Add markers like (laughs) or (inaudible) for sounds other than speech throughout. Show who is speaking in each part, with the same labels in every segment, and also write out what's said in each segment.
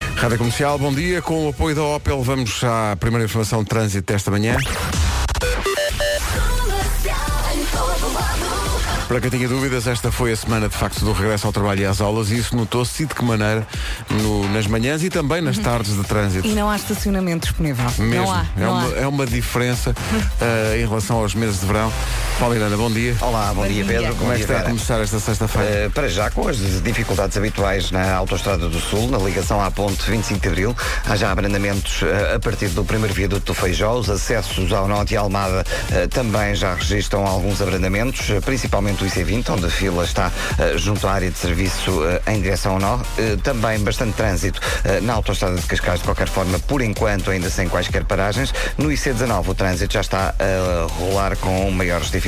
Speaker 1: Rádio Comercial, bom dia. Com o apoio da Opel, vamos à primeira informação de trânsito desta manhã. Para quem tinha dúvidas, esta foi a semana de facto do regresso ao trabalho e às aulas e isso notou-se e de que maneira no- nas manhãs e também nas tardes de trânsito.
Speaker 2: E não há estacionamento disponível.
Speaker 1: Mesmo.
Speaker 2: Não há.
Speaker 1: é,
Speaker 2: não
Speaker 1: uma,
Speaker 2: há.
Speaker 1: é uma diferença
Speaker 2: (laughs)
Speaker 1: eh, em relação aos meses de verão. Paulo Miranda, bom dia.
Speaker 3: Olá, bom,
Speaker 2: Bom
Speaker 3: dia,
Speaker 2: dia.
Speaker 3: Pedro. Bom
Speaker 1: Como é que
Speaker 3: dia,
Speaker 1: está a
Speaker 3: Vera.
Speaker 1: começar esta sexta-feira?
Speaker 3: Eh, para já, com as dificuldades habituais na Autostrada do Sul, na ligação à ponte 25 de Abril, há já abrandamentos eh, a partir do primeiro viaduto do Feijó. Os acessos ao Norte e à Almada eh, também já registram alguns abrandamentos, eh, principalmente o IC20, onde a fila está eh, junto à área de serviço eh, em direção ao Nó. Eh, também bastante trânsito eh, na Autostrada de Cascais, de qualquer forma, por enquanto ainda sem quaisquer paragens. No IC19 o trânsito já está a rolar com maiores dificuldades.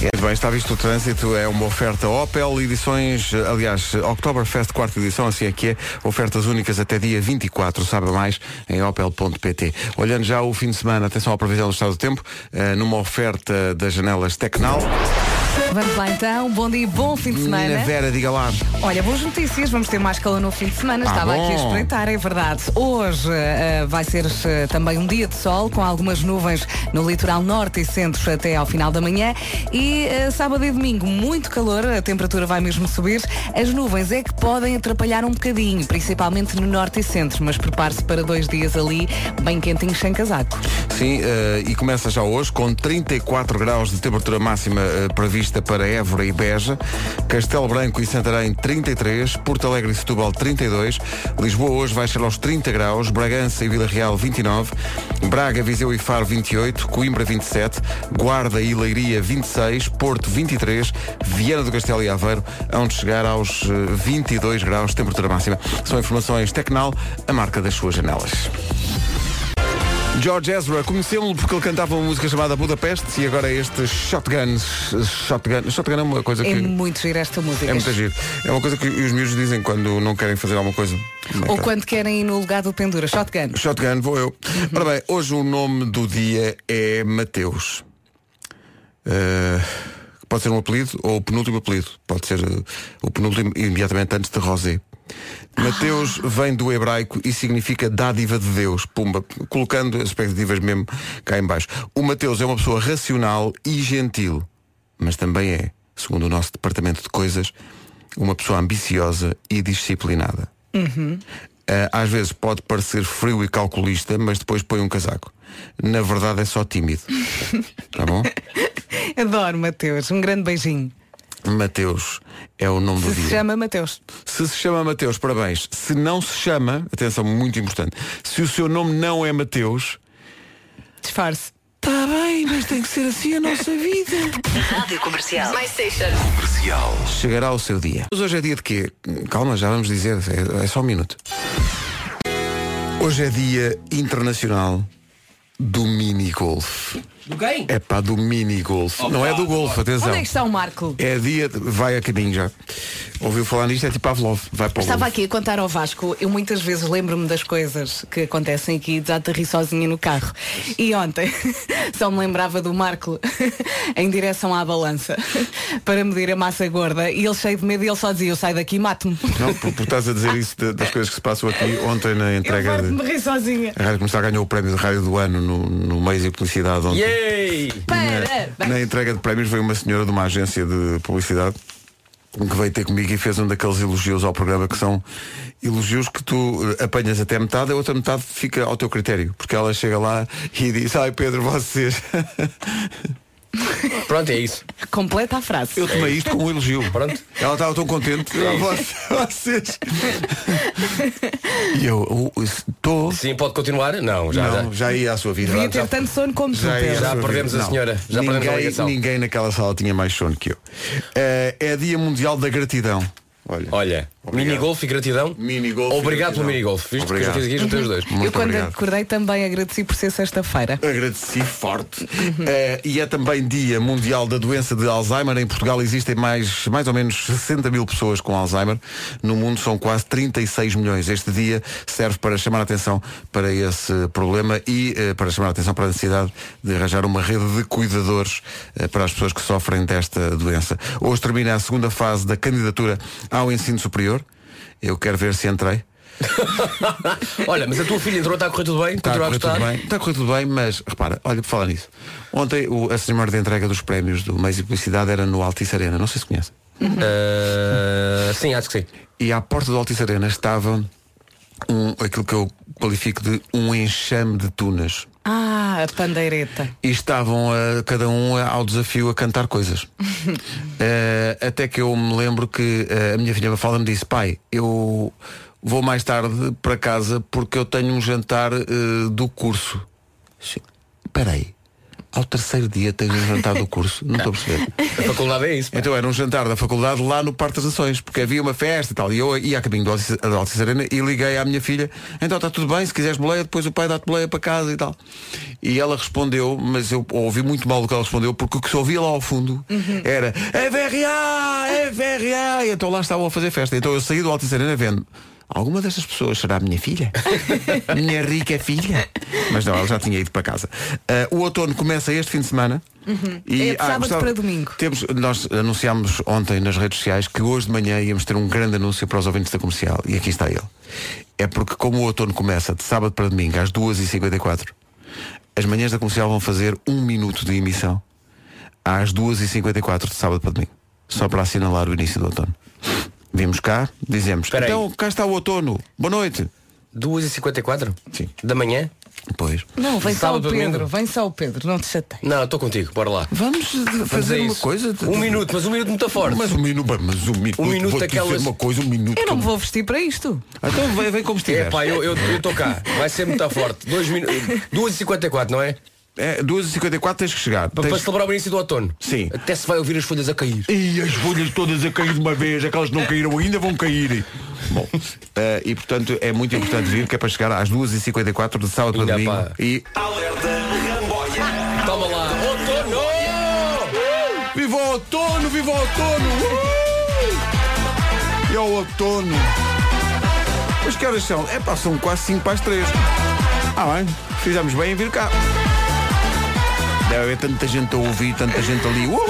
Speaker 1: Muito bem, está visto o trânsito, é uma oferta Opel, edições, eh, aliás, Oktoberfest, quarta edição, assim é que é, ofertas únicas até dia 24, sabe mais, em opel.pt. Olhando já o fim de semana, atenção à previsão do estado do tempo, eh, numa oferta das janelas Tecnal.
Speaker 2: Vamos lá então. Bom dia e bom fim de semana.
Speaker 1: Menina Vera, diga lá.
Speaker 2: Olha, boas notícias, vamos ter mais calor no fim de semana.
Speaker 1: Ah,
Speaker 2: Estava
Speaker 1: bom.
Speaker 2: aqui a espreitar, é verdade. Hoje eh, vai ser eh, também um dia de sol, com algumas nuvens no litoral norte e centro até ao final da manhã. E eh, sábado e domingo, muito calor, a temperatura vai mesmo subir. As nuvens é que podem atrapalhar um bocadinho, principalmente no norte e centro, mas prepare-se para dois dias ali, bem quentinhos, sem casaco.
Speaker 1: Sim, eh, e começa já hoje com 34 graus de temperatura máxima eh, prevista para Évora e Beja, Castelo Branco e Santarém 33, Porto Alegre e Setúbal 32, Lisboa hoje vai chegar aos 30 graus, Bragança e Vila Real 29, Braga, Viseu e Faro 28, Coimbra 27, Guarda e Leiria 26, Porto 23, Viana do Castelo e Aveiro, onde chegar aos eh, 22 graus de temperatura máxima. São informações Tecnal, a marca das suas janelas. George Ezra, conhecemos-lo porque ele cantava uma música chamada Budapeste e agora é este Shotgun. Shotgun, shotgun é uma coisa que.
Speaker 2: É muito gira esta música.
Speaker 1: é muito giro. É uma coisa que os miúdos dizem quando não querem fazer alguma coisa. Então,
Speaker 2: Ou quando querem ir no lugar do pendura, shotgun.
Speaker 1: Shotgun, vou eu. Ora bem, hoje o nome do dia é Mateus. Eh, pode ser um apelido ou o penúltimo apelido. Pode ser eh, o penúltimo imediatamente antes de Rosé. Mateus vem do hebraico e significa dádiva de Deus, pumba, colocando as expectativas mesmo cá em baixo. O Mateus é uma pessoa racional e gentil, mas também é, segundo o nosso departamento de coisas, uma pessoa ambiciosa e disciplinada. Ah, às vezes pode parecer frio e calculista, mas depois põe um casaco. Na verdade é só
Speaker 2: (laughs)
Speaker 1: tímido. tá bom?
Speaker 2: Adoro, Mateus. Um grande beijinho.
Speaker 1: Mateus é o nome do
Speaker 2: Se
Speaker 1: dia.
Speaker 2: se chama Mateus.
Speaker 1: Se se chama Mateus, parabéns. Se não se chama, atenção, muito importante, se o seu nome não é Mateus,
Speaker 2: Disfarce.
Speaker 1: está Tá bem, mas tem que ser assim a nossa vida.
Speaker 4: Rádio Comercial. My Station.
Speaker 1: Chegará o seu dia. Mas hoje é dia de quê? Calma, já vamos dizer, é, é só um minuto. Hoje é dia internacional do mini golf.
Speaker 5: Do quem?
Speaker 1: É pá, do mini golf. não é do golfe, atenção.
Speaker 2: Oh, Onde é que está o Marco?
Speaker 1: É dia, de- vai a caminho já. Ouviu falar nisto, é tipo Pavlov, vai para o
Speaker 2: Estava
Speaker 1: golfe.
Speaker 2: aqui a contar ao Vasco, eu muitas vezes lembro-me das coisas que acontecem aqui e desaterri sozinha no carro. E ontem (laughs) só me lembrava do Marco (laughs) em direção à balança (laughs) para medir a massa gorda e ele cheio de medo e ele só dizia, eu saio daqui e mato-me. (laughs)
Speaker 1: Não, por, por estás a dizer isso de- das coisas que se passam aqui ontem na
Speaker 2: Eu
Speaker 1: entrega.
Speaker 2: parto
Speaker 1: De,
Speaker 2: me rir sozinha.
Speaker 1: a Rádio Comercial ganhou o prémio de rádio do ano no, no mês e publicidade
Speaker 5: Yay!
Speaker 1: ontem. Na,
Speaker 2: Parabéns.
Speaker 1: na entrega de prémios veio uma senhora de uma agência de publicidade que veio ter comigo e fez um daqueles elogios ao programa que são elogios que tu eh, apanhas até metade, a outra metade fica ao teu critério, porque ela chega lá e diz, ai Pedro, vocês. (laughs)
Speaker 5: Pronto, é isso.
Speaker 2: Completa a frase.
Speaker 1: Eu tomei isto como um elogio.
Speaker 5: Pronto.
Speaker 1: Ela estava tão contente. Vocês. E eu "Oh, estou.
Speaker 5: Sim, pode continuar? Não, já.
Speaker 1: Já,
Speaker 5: já.
Speaker 1: já ia à sua vida.
Speaker 2: Devia
Speaker 1: Já-
Speaker 2: ter tanto sono como tu,
Speaker 1: já ia à
Speaker 2: Pedro.
Speaker 5: já
Speaker 1: sua
Speaker 5: perdemos a
Speaker 1: vida. Não.
Speaker 5: senhora. Já perdemos a
Speaker 1: ninguém,
Speaker 5: ligação.
Speaker 1: ninguém naquela sala tinha mais sono que eu. Eh, é Dia Mundial da Gratidão. Olha.
Speaker 5: Olha,
Speaker 1: Obrigado.
Speaker 5: minigolf e gratidão.
Speaker 1: Minigolf e
Speaker 5: Obrigado
Speaker 1: gratidão.
Speaker 5: pelo minigolf. Viste que
Speaker 1: Obrigado.
Speaker 5: eu fiz aqui juntei os
Speaker 1: (laughs)
Speaker 5: dois.
Speaker 1: Muito
Speaker 2: eu quando
Speaker 1: obrigado.
Speaker 2: acordei também agradeci por ser sexta-feira.
Speaker 1: Agradeci forte. Eh, e é também Dia Mundial da Doença de Alzheimer. Em Portugal existem mais, mais ou menos 60 mil pessoas com Alzheimer. No mundo são quase 36 milhões. Este dia serve para chamar a atenção para esse problema e eh, para chamar a atenção para a necessidade de arranjar uma rede de cuidadores eh, para as pessoas que sofrem desta doença. Hoje termina a segunda fase da candidatura ao ensino superior. Eu quero ver se entrei.
Speaker 5: Olha, mas a tua filha entrou, está a correr tudo bem?
Speaker 1: Está Tá a
Speaker 5: Continua
Speaker 1: correr tudo
Speaker 5: gostar?
Speaker 1: bem. Está a correr tudo bem, mas repara, olha, por falar nisso. Ontem o- a cerimónia de entrega dos prémios do Mês e Publicidade era no Altice Arena, não sei se conhece.
Speaker 5: Ah, sim, acho que sim.
Speaker 1: E à porta do Altice Arena estava um, aquilo que eu qualifico de um enxame de tunas.
Speaker 2: Ah, a pandeireta.
Speaker 1: E estavam ah, cada um ah, ao desafio a cantar coisas. Ah, até que eu me lembro que ah, a minha filha Mafalda me disse, pai, eu vou mais tarde para casa porque eu tenho um jantar ah, do curso. Sim. Peraí, ao terceiro dia tens um jantar do curso? Não estou a perceber.
Speaker 5: A faculdade é isso. pá.
Speaker 1: Então era um jantar da faculdade lá no Parque das Nações, porque havia uma festa e tal. E eu ia a caminho do Altice- da Altice Arena e liguei à minha filha, então está tudo bem, se quiseres boleia, depois o pai dá-te boleia para casa e tal. E ela respondeu, mas eu ouvi muito mal o que ela respondeu, porque o que se ouvia lá ao fundo
Speaker 2: Uhum.
Speaker 1: era "É FRA, FRA! E então lá estavam a fazer festa. Então eu saí do Altice Arena vendo. Alguma destas pessoas será a minha
Speaker 2: (laughs)
Speaker 1: filha? minha rica filha? Mas não, ela já tinha ido para casa. Ah, o outono começa este fim de semana. E, ah,
Speaker 2: É de sábado para domingo.
Speaker 1: temos, nós anunciámos ontem nas redes sociais que hoje de manhã íamos ter um grande anúncio para os ouvintes da comercial. E aqui está ele. É porque como o outono começa de sábado para domingo às 2h54, as manhãs da comercial vão fazer um minuto de emissão às 2h54 de sábado para domingo. Só para assinalar o início do outono. Vimos cá, dizemos,
Speaker 5: Espera aí.
Speaker 1: então cá está o outono. Boa noite.
Speaker 5: 2h54?
Speaker 1: Sim.
Speaker 5: Da manhã?
Speaker 1: Pois.
Speaker 2: Não, vem
Speaker 5: Sábado
Speaker 2: só
Speaker 5: para
Speaker 2: o Pedro,
Speaker 5: domingo.
Speaker 2: vem só o Pedro, não te chatei.
Speaker 5: Não, estou contigo, bora lá.
Speaker 1: Vamos eh,
Speaker 5: Vamos a
Speaker 1: fazer uma
Speaker 5: isso.
Speaker 1: coisa.
Speaker 5: Um minuto, mas um minuto muito forte.
Speaker 1: Mas um minuto, mas um minuto.
Speaker 5: Um minuto
Speaker 1: vou dizer
Speaker 5: daquelas-
Speaker 1: uma coisa, um minuto.
Speaker 2: Eu não me vou vestir para isto.
Speaker 1: Então vem, vem como
Speaker 5: É
Speaker 1: estiver.
Speaker 5: pá, eu estou eu, tô cá. Vai ser muito forte. 2 minutos. 2h54, não é?
Speaker 1: É, 2h54 tens que chegar.
Speaker 5: Para, para
Speaker 1: Tens...
Speaker 5: celebrar o início do outono.
Speaker 1: Sim.
Speaker 5: Até se vai ouvir as folhas a cair.
Speaker 1: E as folhas todas a cair de uma vez, aquelas que não caíram ainda vão cair. Bom, (laughs) eh, e portanto é muito importante vir, que é para chegar às 2h54 de sábado para
Speaker 5: Ainda
Speaker 1: domingo.
Speaker 5: pá.
Speaker 1: E
Speaker 5: Toma lá. Outono!
Speaker 1: viva o outono, viva o outono! Uh! É o outono! Mas que horas são? É pá, são quase 5 para as 3. Ah bem, fizemos bem em vir cá. Deve haver tanta gente a ouvir, tanta gente ali. Uhul!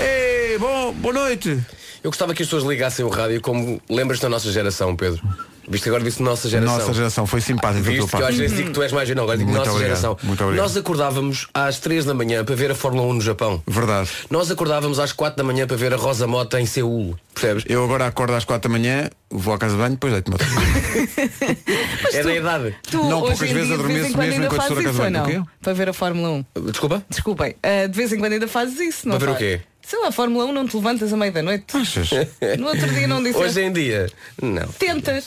Speaker 1: Ei, bom, boa noite!
Speaker 5: Eu gostava que as pessoas ligassem o rádio como lembras da nossa geração, Pedro. Viste agora disse nossa geração.
Speaker 1: Nossa geração, foi simpático da tua
Speaker 5: Visto que eu às
Speaker 1: parte.
Speaker 5: vezes digo que tu és mais jovem, não, agora digo
Speaker 1: Muito
Speaker 5: nossa
Speaker 1: obrigado,
Speaker 5: geração.
Speaker 1: muito obrigado.
Speaker 5: Nós acordávamos às 3 da manhã para ver a Fórmula 1 no Japão.
Speaker 1: Verdade.
Speaker 5: Nós acordávamos às 4 da manhã para ver a Rosa Mota em Seul, percebes?
Speaker 1: Eu agora acordo às 4 da manhã, vou à casa de banho, depois deito-me outra vez.
Speaker 5: (laughs) é da idade.
Speaker 2: Tu
Speaker 1: Não,
Speaker 2: hoje
Speaker 1: poucas
Speaker 2: em
Speaker 1: vezes
Speaker 2: dia, de vez
Speaker 1: adormeço
Speaker 2: em quando
Speaker 1: mesmo
Speaker 2: ainda
Speaker 1: enquanto estou
Speaker 2: fazes
Speaker 1: na
Speaker 2: isso ou
Speaker 1: casa de banho.
Speaker 2: não?
Speaker 1: O quê?
Speaker 2: Para ver a Fórmula 1.
Speaker 5: Desculpa?
Speaker 2: Desculpem, ah, de vez em quando ainda fazes isso, não
Speaker 5: Para ver o
Speaker 2: fazes?
Speaker 5: quê?
Speaker 2: Sei lá, a Fórmula 1 não te levantas a meio da noite.
Speaker 1: Achas?
Speaker 2: No outro dia não disseste.
Speaker 5: Hoje em dia, não.
Speaker 2: Tentas.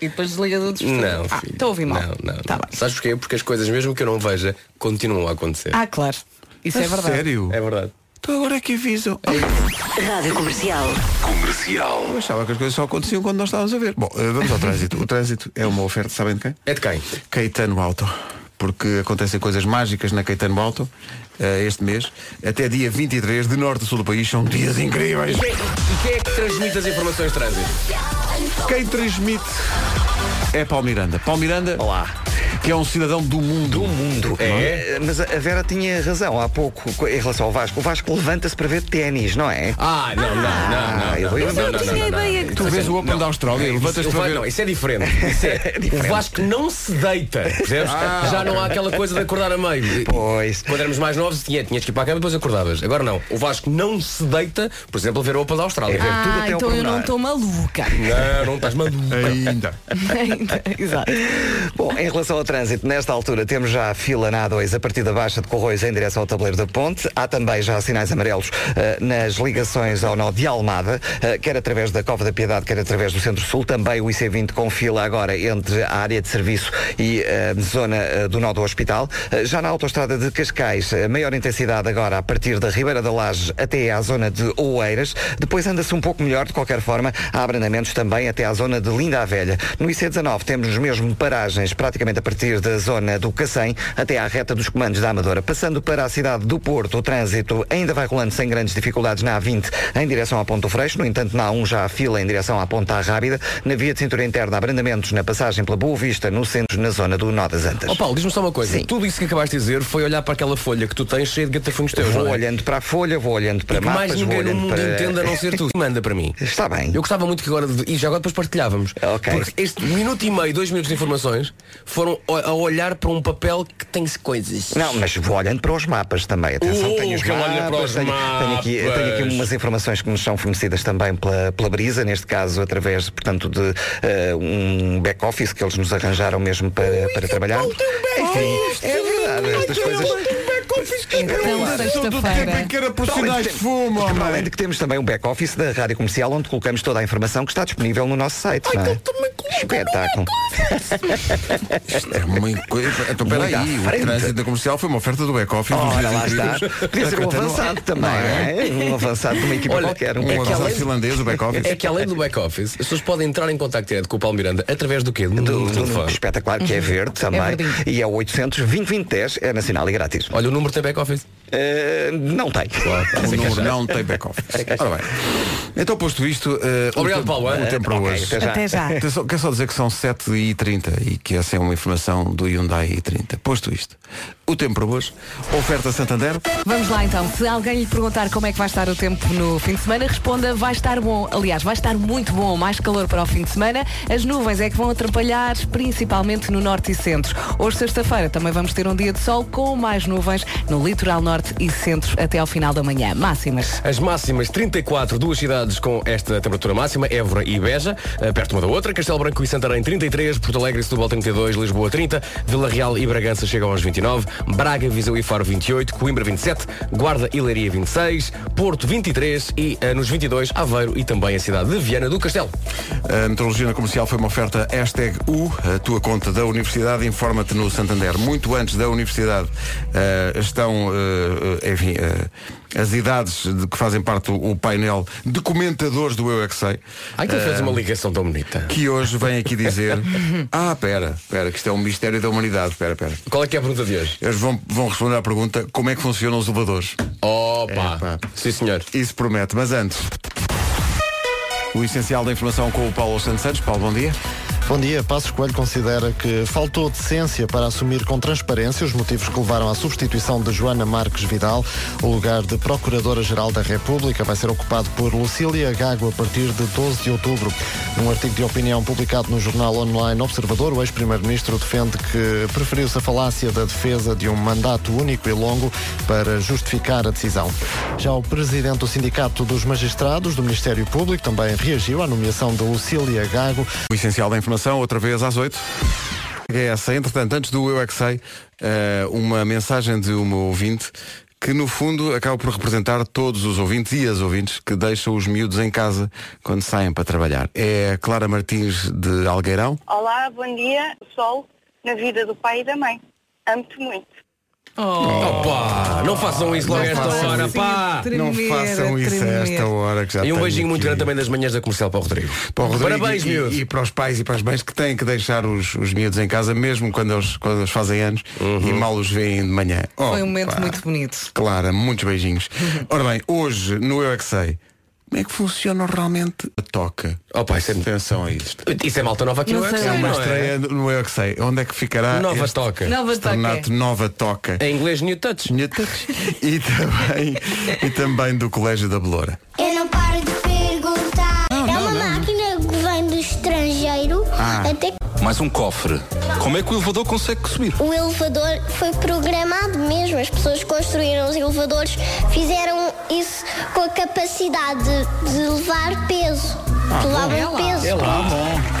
Speaker 2: E depois desligas o despertador.
Speaker 5: Não,
Speaker 2: Ah,
Speaker 5: filho.
Speaker 2: Estou a ouvir mal.
Speaker 5: Não, não,
Speaker 2: Tá
Speaker 5: não.
Speaker 2: bem.
Speaker 5: Sabes porquê? Porque as coisas, mesmo que eu não veja, continuam a acontecer.
Speaker 2: Ah, claro. Isso é,
Speaker 1: A
Speaker 2: verdade.
Speaker 1: Sério?
Speaker 5: É verdade.
Speaker 1: Então agora é que avisam.
Speaker 4: Rádio Comercial.
Speaker 1: Eu achava que as coisas só aconteciam quando nós estávamos a ver. Bom, eh, vamos ao trânsito. O trânsito é uma oferta, sabem de quem?
Speaker 5: É de quem?
Speaker 1: Caetano Auto. Porque acontecem coisas mágicas na Caetano Auto eh, este mês. Até dia 23, de norte a sul do país, são dias incríveis.
Speaker 5: Quem- E quem é que transmite as informações de trânsito?
Speaker 1: Quem transmite é Paulo Miranda. Paulo Miranda,
Speaker 3: Olá.
Speaker 1: que é um cidadão do mundo. Do
Speaker 5: Mundo. É?
Speaker 3: Mas a Vera tinha razão há pouco co- em relação ao Vasco. O Vasco levanta-se para ver ténis, não é?
Speaker 5: Ah, não, não, não, não,
Speaker 3: eu
Speaker 5: não.
Speaker 3: vou-
Speaker 5: não, não,
Speaker 3: eu
Speaker 5: não,
Speaker 2: tinha
Speaker 5: não, é não,
Speaker 2: ideia
Speaker 5: não.
Speaker 2: que
Speaker 1: Tu vês o Open
Speaker 5: Não.
Speaker 1: da Austrália,
Speaker 5: Isso-
Speaker 1: levantas-te
Speaker 5: o
Speaker 1: para
Speaker 5: Va-
Speaker 1: ver.
Speaker 5: Não, isso é (laughs) diferente. Ah, Isso é, O Vasco não se deita. percebes? Já não há aquela coisa de acordar a meio.
Speaker 3: Pois.
Speaker 5: Quando éramos mais novos, tinha, tinhas que ir para a cama e depois acordavas. Agora não. O Vasco não se deita, por exemplo, a É ver a Opa da Austrália.
Speaker 3: Ah. tudo
Speaker 2: Ah,
Speaker 3: até ao
Speaker 2: então eu
Speaker 3: pormenor.
Speaker 2: não estou maluca. (laughs)
Speaker 5: Não, não é. estás (laughs) maluco.
Speaker 1: Ainda.
Speaker 2: Exato.
Speaker 3: Bom, em relação ao trânsito, nesta altura temos já a fila na A2 a partir da Baixa de Corroios em direção ao Tabuleiro da Ponte. Há também já sinais amarelos eh, nas ligações ao nó de Almada, eh, quer através da Cova da Piedade, quer através do Centro-Sul. Também o IC20 com fila agora entre a área de serviço e a zona eh, do nó do Hospital. Eh, já na autoestrada de Cascais, eh, maior intensidade agora a partir da Ribeira da Laje até à zona de Oeiras. Depois anda-se um pouco melhor, de qualquer forma, há abrandamentos também até à zona de Linda a Velha. No IC19 temos mesmo paragens praticamente a partir partir da zona do Cacém até à reta dos comandos da Amadora. Passando para a cidade do Porto, o trânsito ainda vai rolando sem grandes dificuldades na A20 em direção à Ponto Freixo. No entanto, na A1 já há fila em direção à Ponta Rábida. Na via de cintura interna, abrandamentos na passagem pela Boa Vista, no centro, na zona do Nó das Antas.
Speaker 5: Ó Paulo, diz-me só uma coisa.
Speaker 3: Sim.
Speaker 5: Tudo isso que acabaste de dizer foi olhar para aquela folha que tu tens cheia de gatafunhos teus.
Speaker 3: vou
Speaker 5: não é?
Speaker 3: olhando para a folha, vou olhando para
Speaker 5: E que mais
Speaker 3: mapas, vou
Speaker 5: ninguém no
Speaker 3: olhando
Speaker 5: mundo
Speaker 3: para...
Speaker 5: entenda a não ser (laughs) tu. Manda para mim.
Speaker 3: (laughs) Está bem.
Speaker 5: Eu gostava muito que agora, de- e já agora depois partilhávamos.
Speaker 3: É, Ok.
Speaker 5: Porque este minuto e meio, dois minutos de informações foram o- a olhar para um papel que tem coisas.
Speaker 3: Não, mas vou olhando para os mapas também. Atenção,
Speaker 5: Uh,
Speaker 3: tenho os
Speaker 5: que ele
Speaker 3: mapas,
Speaker 5: olha para os
Speaker 3: tenho, tenho aqui,
Speaker 5: mapas.
Speaker 3: tenho aqui umas informações que nos são fornecidas também pela, pela Brisa, neste caso através, portanto, de eh, um back-office que eles nos arranjaram mesmo para, para trabalhar. Enfim, é verdade, estas coisas.
Speaker 2: Então, sexta-feira.
Speaker 1: era
Speaker 3: Para além de que-
Speaker 5: é
Speaker 3: Para além de que temos também um back-office da Rádio Comercial, onde colocamos toda a informação que está disponível no nosso site. não é? Espetáculo.
Speaker 1: É muito coisa. Então, peraí,
Speaker 3: Muito à
Speaker 1: o
Speaker 3: frente.
Speaker 1: trânsito da comercial foi uma oferta do back-office dos
Speaker 3: Ora,
Speaker 1: dias
Speaker 3: lá
Speaker 1: incríveis.
Speaker 3: está. Podia ser um
Speaker 1: Para cantar
Speaker 3: avançado também,
Speaker 1: Não
Speaker 3: não é? Um avançado de uma equipa
Speaker 5: Olha,
Speaker 3: qualquer.
Speaker 1: Um
Speaker 5: É que
Speaker 1: avançado
Speaker 5: além-
Speaker 1: finlandês, o back-office.
Speaker 5: É que além do back-office, as pessoas podem entrar em contacto direto com o Paulo Miranda através do quê? Do,
Speaker 3: do,
Speaker 5: número de
Speaker 3: do
Speaker 5: telefone.
Speaker 3: número espetacular que é verde também
Speaker 2: verdinho.
Speaker 3: e é 800 20 20 10 é nacional e grátis
Speaker 5: Olha, o número tem back-office.
Speaker 3: Eh, não tem
Speaker 5: é
Speaker 1: O número não tem back-office. Ora bem. Então, posto isto, eh, o
Speaker 5: Obrigado,
Speaker 1: tempo-
Speaker 5: Paulo,
Speaker 1: o
Speaker 5: eh?
Speaker 1: tempo para
Speaker 3: Ok,
Speaker 1: hoje.
Speaker 3: até já.
Speaker 2: Até já.
Speaker 1: Quero só- Quero só dizer que são 7h30 e que essa é uma informação do Hyundai i30. Posto isto, o tempo para hoje, oferta Santander.
Speaker 2: Vamos lá então. Se alguém lhe perguntar como é que vai estar o tempo no fim de semana, responda vai estar bom. Aliás, vai estar muito bom. Mais calor para o fim de semana. As nuvens é que vão atrapalhar, principalmente no norte e centro. Hoje, sexta-feira, também vamos ter um dia de sol com mais nuvens no litoral norte e centro até ao final da manhã. Máximas.
Speaker 5: As máximas 34, duas cidades com esta temperatura máxima, Évora e Beja, eh, perto uma da outra, Castelo Branco e Santarém 33, Porto Alegre e Setúbal 32, Lisboa 30, Vila Real e Bragança chegam aos 29, Braga, Viseu e Faro 28, Coimbra 27, Guarda e Leiria 26, Porto 23 e eh, nos 22 Aveiro e também a cidade de Viana do Castelo.
Speaker 1: A metrologia na comercial foi uma oferta hashtag U, a tua conta da universidade, informa-te no Santander. Muito antes da universidade eh, estão, eh, eh, enfim, eh, as idades de que fazem parte o, o painel de comentadores do Eu é que Sei,
Speaker 5: Ai, que ele fez uma ligação tão bonita.
Speaker 1: que hoje vem aqui dizer, ah, pera, pera, que isto é um mistério da humanidade, pera, pera.
Speaker 5: Qual é que é a pergunta de hoje?
Speaker 1: Eles vão, vão responder à pergunta como é que funcionam os elevadores.
Speaker 5: Opa!
Speaker 1: Epá.
Speaker 5: Sim, senhor.
Speaker 1: Isso promete, mas antes. O essencial da informação com o Paulo Santos Santos. Paulo, bom dia.
Speaker 6: Bom dia. Passos Coelho considera que faltou decência para assumir com transparência os motivos que levaram à substituição de Joana Marques Vidal. O lugar de Procuradora-Geral da República vai ser ocupado por Lucília Gago a partir de 12 de outubro. Num artigo de opinião publicado no jornal online Observador, o ex-primeiro-ministro defende que preferiu-se a falácia da defesa de um mandato único e longo para justificar a decisão. Já o presidente do Sindicato dos Magistrados do Ministério Público também reagiu à nomeação de Lucília Gago.
Speaker 1: O essencial da informação, outra vez às 8. É essa. Entretanto, antes do Eu é que Sei, eh, uma mensagem de uma ouvinte que, no fundo, acaba por representar todos os ouvintes e as ouvintes que deixam os miúdos em casa quando saem para trabalhar. É a Clara Martins de Algueirão.
Speaker 7: Olá, bom dia. O sol na vida do pai e da mãe. Amo-te muito.
Speaker 5: Opa! Não façam isso logo a esta
Speaker 1: façam
Speaker 5: hora,
Speaker 1: isso.
Speaker 5: pá!
Speaker 1: Não façam isso a esta hora que já
Speaker 5: E um
Speaker 1: tenho
Speaker 5: beijinho muito
Speaker 1: aqui.
Speaker 5: grande também das manhãs da comercial para o Rodrigo.
Speaker 1: Para o Rodrigo
Speaker 5: Parabéns,
Speaker 1: e,
Speaker 5: miúdo.
Speaker 1: e, para os pais e para as mães que têm que deixar os, os miúdos em casa, mesmo quando eles, quando eles fazem anos
Speaker 5: Uhum.
Speaker 1: e mal os veem de manhã. Oh,
Speaker 2: Foi um momento
Speaker 1: pá.
Speaker 2: muito bonito.
Speaker 1: Clara, muitos
Speaker 2: (laughs)
Speaker 1: beijinhos. Ora bem, hoje no Eu é que sei, como é que funciona realmente a toca?
Speaker 5: Oh, pá, isso é-
Speaker 1: Atenção a isto.
Speaker 5: Isso é malta nova aqui
Speaker 2: Não
Speaker 5: no
Speaker 2: sei.
Speaker 5: Excel,
Speaker 2: É uma
Speaker 5: não
Speaker 1: Estreia no Eu é que sei. Onde é que ficará?
Speaker 5: Nova
Speaker 1: este
Speaker 5: Toca.
Speaker 2: Nova toca.
Speaker 1: externato Nova Toca.
Speaker 5: Em inglês, New Touch.
Speaker 1: (laughs) E também, e também do Colégio da Beloura.
Speaker 8: Eu não paro de perguntar. é uma máquina que vem do estrangeiro até que
Speaker 9: Mais um cofre. Como é que o elevador consegue subir?
Speaker 8: o elevador foi programado mesmo. As pessoas construíram os elevadores, fizeram isso com a capacidade de, de levar peso. de levar um peso.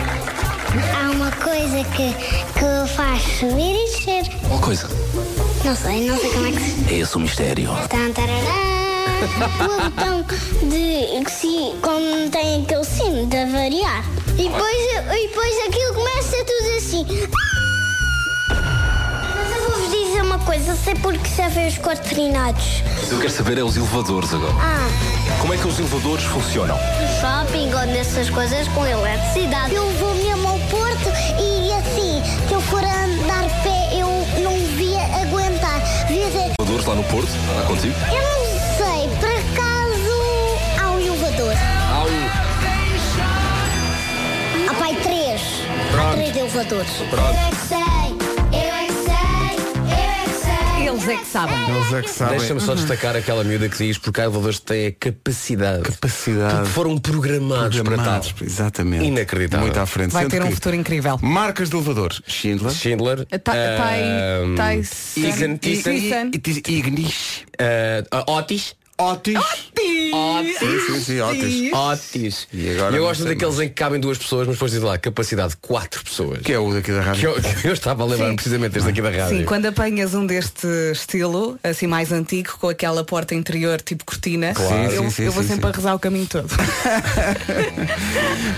Speaker 8: Há uma coisa que, que faz subir e descer.
Speaker 9: Qual coisa?
Speaker 8: Não sei, não sei como é que se
Speaker 9: É esse o mistério.
Speaker 8: Tan, tarará. O botão de que se quando tem aquele sino de variar. E depois, e depois aquilo começa tudo assim. Ah! Mas eu vou-vos dizer uma coisa, eu sei porque servem os quatrinados.
Speaker 9: Mas eu quero saber é os elevadores agora.
Speaker 8: Ah,
Speaker 9: Como é que os elevadores funcionam?
Speaker 8: no shopping ou nessas coisas com eletricidade. Eu vou mesmo ao Porto e assim, que eu for andar
Speaker 9: Porto? Está contigo?
Speaker 8: Eu não sei, por acaso há um elevador.
Speaker 5: Há um.
Speaker 8: Há pai três. Há
Speaker 5: Pronto.
Speaker 8: três elevadores.
Speaker 5: Pronto.
Speaker 8: é que sei, eu é que sei, eu é que sei.
Speaker 2: Eles é que sabem.
Speaker 1: Eles é que sabem.
Speaker 5: Deixa-me
Speaker 2: Uhum.
Speaker 5: só destacar aquela miúda que diz porque há elevadores que têm a capacidade.
Speaker 1: Capacidade.
Speaker 5: Porque foram programados,
Speaker 1: Programados,
Speaker 5: para tal.
Speaker 1: Exatamente.
Speaker 5: Inacreditável.
Speaker 1: Muito à frente.
Speaker 2: Vai
Speaker 1: Sendo
Speaker 2: ter um
Speaker 1: que
Speaker 2: futuro incrível.
Speaker 1: Marcas de elevadores. Schindler.
Speaker 5: Schindler. um,
Speaker 2: Ta-
Speaker 5: ahm,
Speaker 2: Tai-
Speaker 5: Tyson.
Speaker 2: Tyson. Tyson.
Speaker 1: E- e- e- Ignis.
Speaker 5: ah, ah, Otis.
Speaker 1: Otis.
Speaker 5: Otis.
Speaker 1: Sim, sim, sim, Otis.
Speaker 5: Otis.
Speaker 1: E agora
Speaker 5: eu
Speaker 1: não
Speaker 5: gosto
Speaker 1: sei
Speaker 5: daqueles em que cabem duas pessoas, mas depois diz lá, capacidade de quatro pessoas.
Speaker 1: Que é o daqui da
Speaker 5: Que
Speaker 1: rádio.
Speaker 5: eu, que eu estava a lembrar
Speaker 2: Sim.
Speaker 5: precisamente desde aqui da rádio.
Speaker 2: Sim, quando apanhas um deste estilo, assim mais antigo, com aquela porta interior tipo cortina,
Speaker 1: Claro.
Speaker 2: eu,
Speaker 1: Sim, sim,
Speaker 2: eu vou
Speaker 1: sim,
Speaker 2: sempre
Speaker 1: sim.
Speaker 2: a rezar o caminho todo.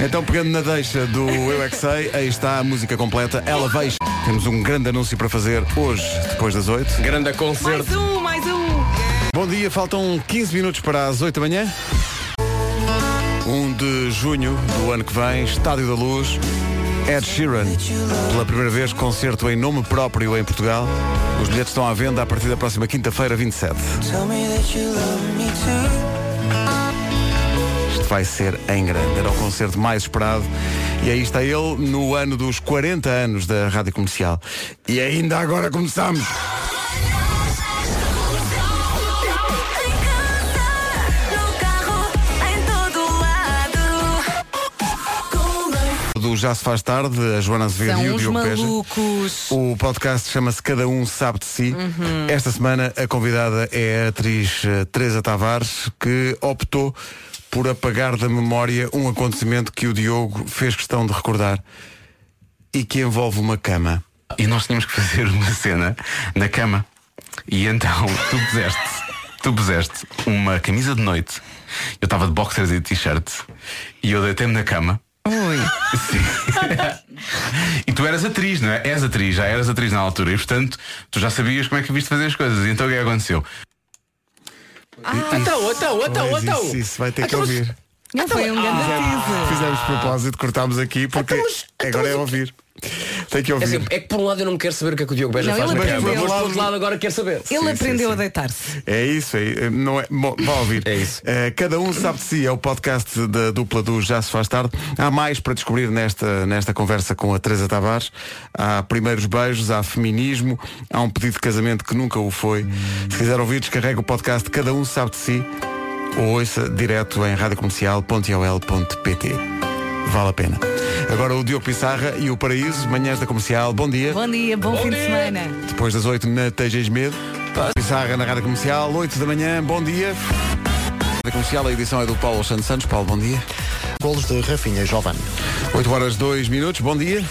Speaker 1: Então, pegando na deixa do Eu é que Sei, aí está a música completa. Ela veio. Temos um grande anúncio para fazer hoje, depois das 8.
Speaker 5: Grande concerto.
Speaker 2: mais um, mais um!
Speaker 1: Bom dia, faltam 15 minutos para as 8 da manhã. 1 de junho do ano que vem, Estádio da Luz, Ed Sheeran. Pela primeira vez, concerto em nome próprio em Portugal. Os bilhetes estão à venda a partir da próxima quinta-feira, 27. Isto vai ser em grande. Era o concerto mais esperado. E aí está ele no ano dos 40 anos da Rádio Comercial. E ainda agora começamos. Do Já se faz tarde, a Joana Azevedo e
Speaker 2: São
Speaker 1: o
Speaker 2: Então, uns
Speaker 1: Diogo Beja.
Speaker 2: malucos.
Speaker 1: O podcast chama-se Cada Um Sabe de Si.
Speaker 2: Uhum.
Speaker 1: Esta semana a convidada é a atriz eh, Teresa Tavares, que optou por apagar da memória um acontecimento que o Diogo fez questão de recordar e que envolve uma cama.
Speaker 10: E nós tínhamos que fazer uma cena na cama. E então (laughs) tu puseste, tu puseste uma camisa de noite. Eu estava de boxers e de t-shirt. E eu deitei-me na cama. Oi. Sim. e tu eras atriz, não é? És atriz, já eras atriz na altura. E portanto, tu já sabias como é que viste fazer as coisas. E então o que é que aconteceu?
Speaker 5: Então, então, então,
Speaker 1: Pois,
Speaker 5: então.
Speaker 1: é isso, isso vai ter que
Speaker 5: Então, mas-
Speaker 1: ouvir.
Speaker 2: Não foi um
Speaker 1: Ah,
Speaker 2: grande teaser.
Speaker 1: Fizemos propósito, cortámos aqui porque
Speaker 5: Então, mas- então,
Speaker 1: agora é
Speaker 5: mas-
Speaker 1: ouvir. Tem que
Speaker 5: É,
Speaker 1: ouvir.
Speaker 5: assim, é que por um lado eu não quero saber o que é que o Diogo Beja
Speaker 2: Não,
Speaker 5: faz
Speaker 2: ele
Speaker 5: na cama,
Speaker 2: aprendeu.
Speaker 5: mas por outro lado agora quero saber.
Speaker 2: Ele
Speaker 1: sim,
Speaker 2: aprendeu
Speaker 1: sim.
Speaker 2: a deitar-se.
Speaker 1: É isso aí. eh, Não é, bom, vá ouvir.
Speaker 5: É isso.
Speaker 1: Eh, Cada um sabe de si. É o podcast da dupla do Já se faz tarde. Há mais para descobrir nesta, nesta conversa com a Teresa Tavares. Há primeiros beijos, há feminismo, há um pedido de casamento que nunca o foi. Se quiser ouvir, descarrega o podcast Cada um sabe de si ou ouça direto em radiocomercial.ol.pt. Vale a pena. Agora o Diogo Pissarra e o Paraíso, manhãs da comercial. Bom dia.
Speaker 2: Bom dia, bom, fim de semana.
Speaker 1: Depois das 8 na Tejas Medo. Pissarra na Rádio Comercial, 8 da manhã, bom dia. Rádio Comercial, a edição é do Paulo Santos Santos. Paulo, bom dia.
Speaker 6: Golos de Rafinha e Giovanni.
Speaker 1: 8 horas 2 minutos, bom dia.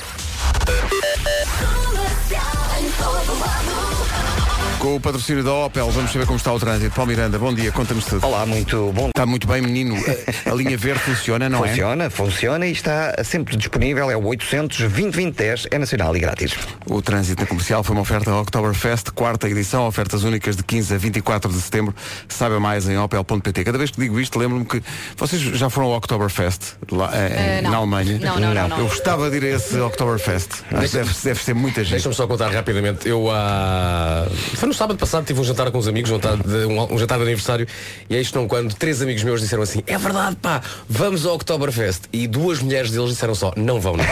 Speaker 1: Com o patrocínio da Opel, vamos saber como está o trânsito. Paulo Miranda, bom dia, conta-nos tudo.
Speaker 3: Olá, muito bom
Speaker 1: Está muito bem, menino. A- A linha verde funciona, não é?
Speaker 3: Funciona, funciona e está sempre disponível. É o 800 2010 é nacional e grátis.
Speaker 1: O trânsito na comercial foi uma oferta ao Oktoberfest, quarta edição, ofertas únicas de 15 a 24 de setembro. Saiba mais em opel.pt. Cada vez que digo isto, lembro-me que vocês já foram ao Oktoberfest lá, eh,
Speaker 2: Eh, não.
Speaker 1: na Alemanha.
Speaker 2: Não, não, não, não.
Speaker 1: Eu gostava de ir a esse Oktoberfest. Acho que deve, deve ser muita gente.
Speaker 5: Deixa-me só contar rapidamente. Eu há. Foi no sábado passado, tive um jantar com uns amigos, um jantar de, um, um jantar de aniversário, e aí não quando três amigos meus disseram assim, é verdade, pá, vamos ao Oktoberfest. E duas mulheres deles disseram só, não vão
Speaker 1: (laughs)
Speaker 5: não.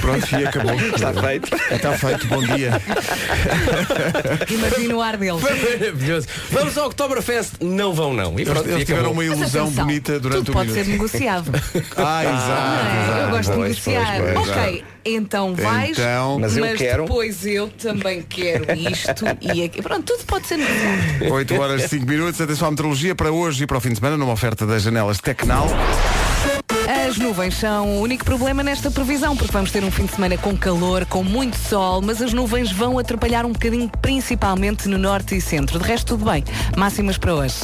Speaker 1: Pronto,
Speaker 5: (laughs)
Speaker 1: e acabou. Está feito. Está feito, bom dia.
Speaker 2: Imagina o ar deles.
Speaker 5: Maravilhoso. Vamos ao Oktoberfest, não vão não. E
Speaker 1: Eles,
Speaker 5: pronto, e
Speaker 1: eles tiveram
Speaker 5: acabou.
Speaker 1: uma
Speaker 2: Mas
Speaker 1: ilusão
Speaker 2: atenção,
Speaker 1: bonita durante
Speaker 2: tudo
Speaker 1: o
Speaker 2: pode
Speaker 1: minuto.
Speaker 2: ser
Speaker 1: (laughs)
Speaker 2: negociado.
Speaker 1: Ah,
Speaker 2: Não
Speaker 1: exato.
Speaker 2: é?
Speaker 1: exato.
Speaker 2: eu gosto
Speaker 3: pois,
Speaker 2: de negociar.
Speaker 3: pois, pois,
Speaker 2: ok, então vais,
Speaker 1: Então-
Speaker 3: Mas eu quero-
Speaker 2: depois eu também quero isto e aqui. Pronto, tudo pode ser negociado.
Speaker 1: 8 horas e 5 minutos, atenção à meteorologia para hoje e para o fim de semana, numa oferta das janelas Tecnal.
Speaker 2: As nuvens são o único problema nesta previsão, porque vamos ter um fim de semana com calor, com muito sol, mas as nuvens vão atrapalhar um bocadinho, principalmente no norte e centro. De resto, tudo bem. Máximas para hoje.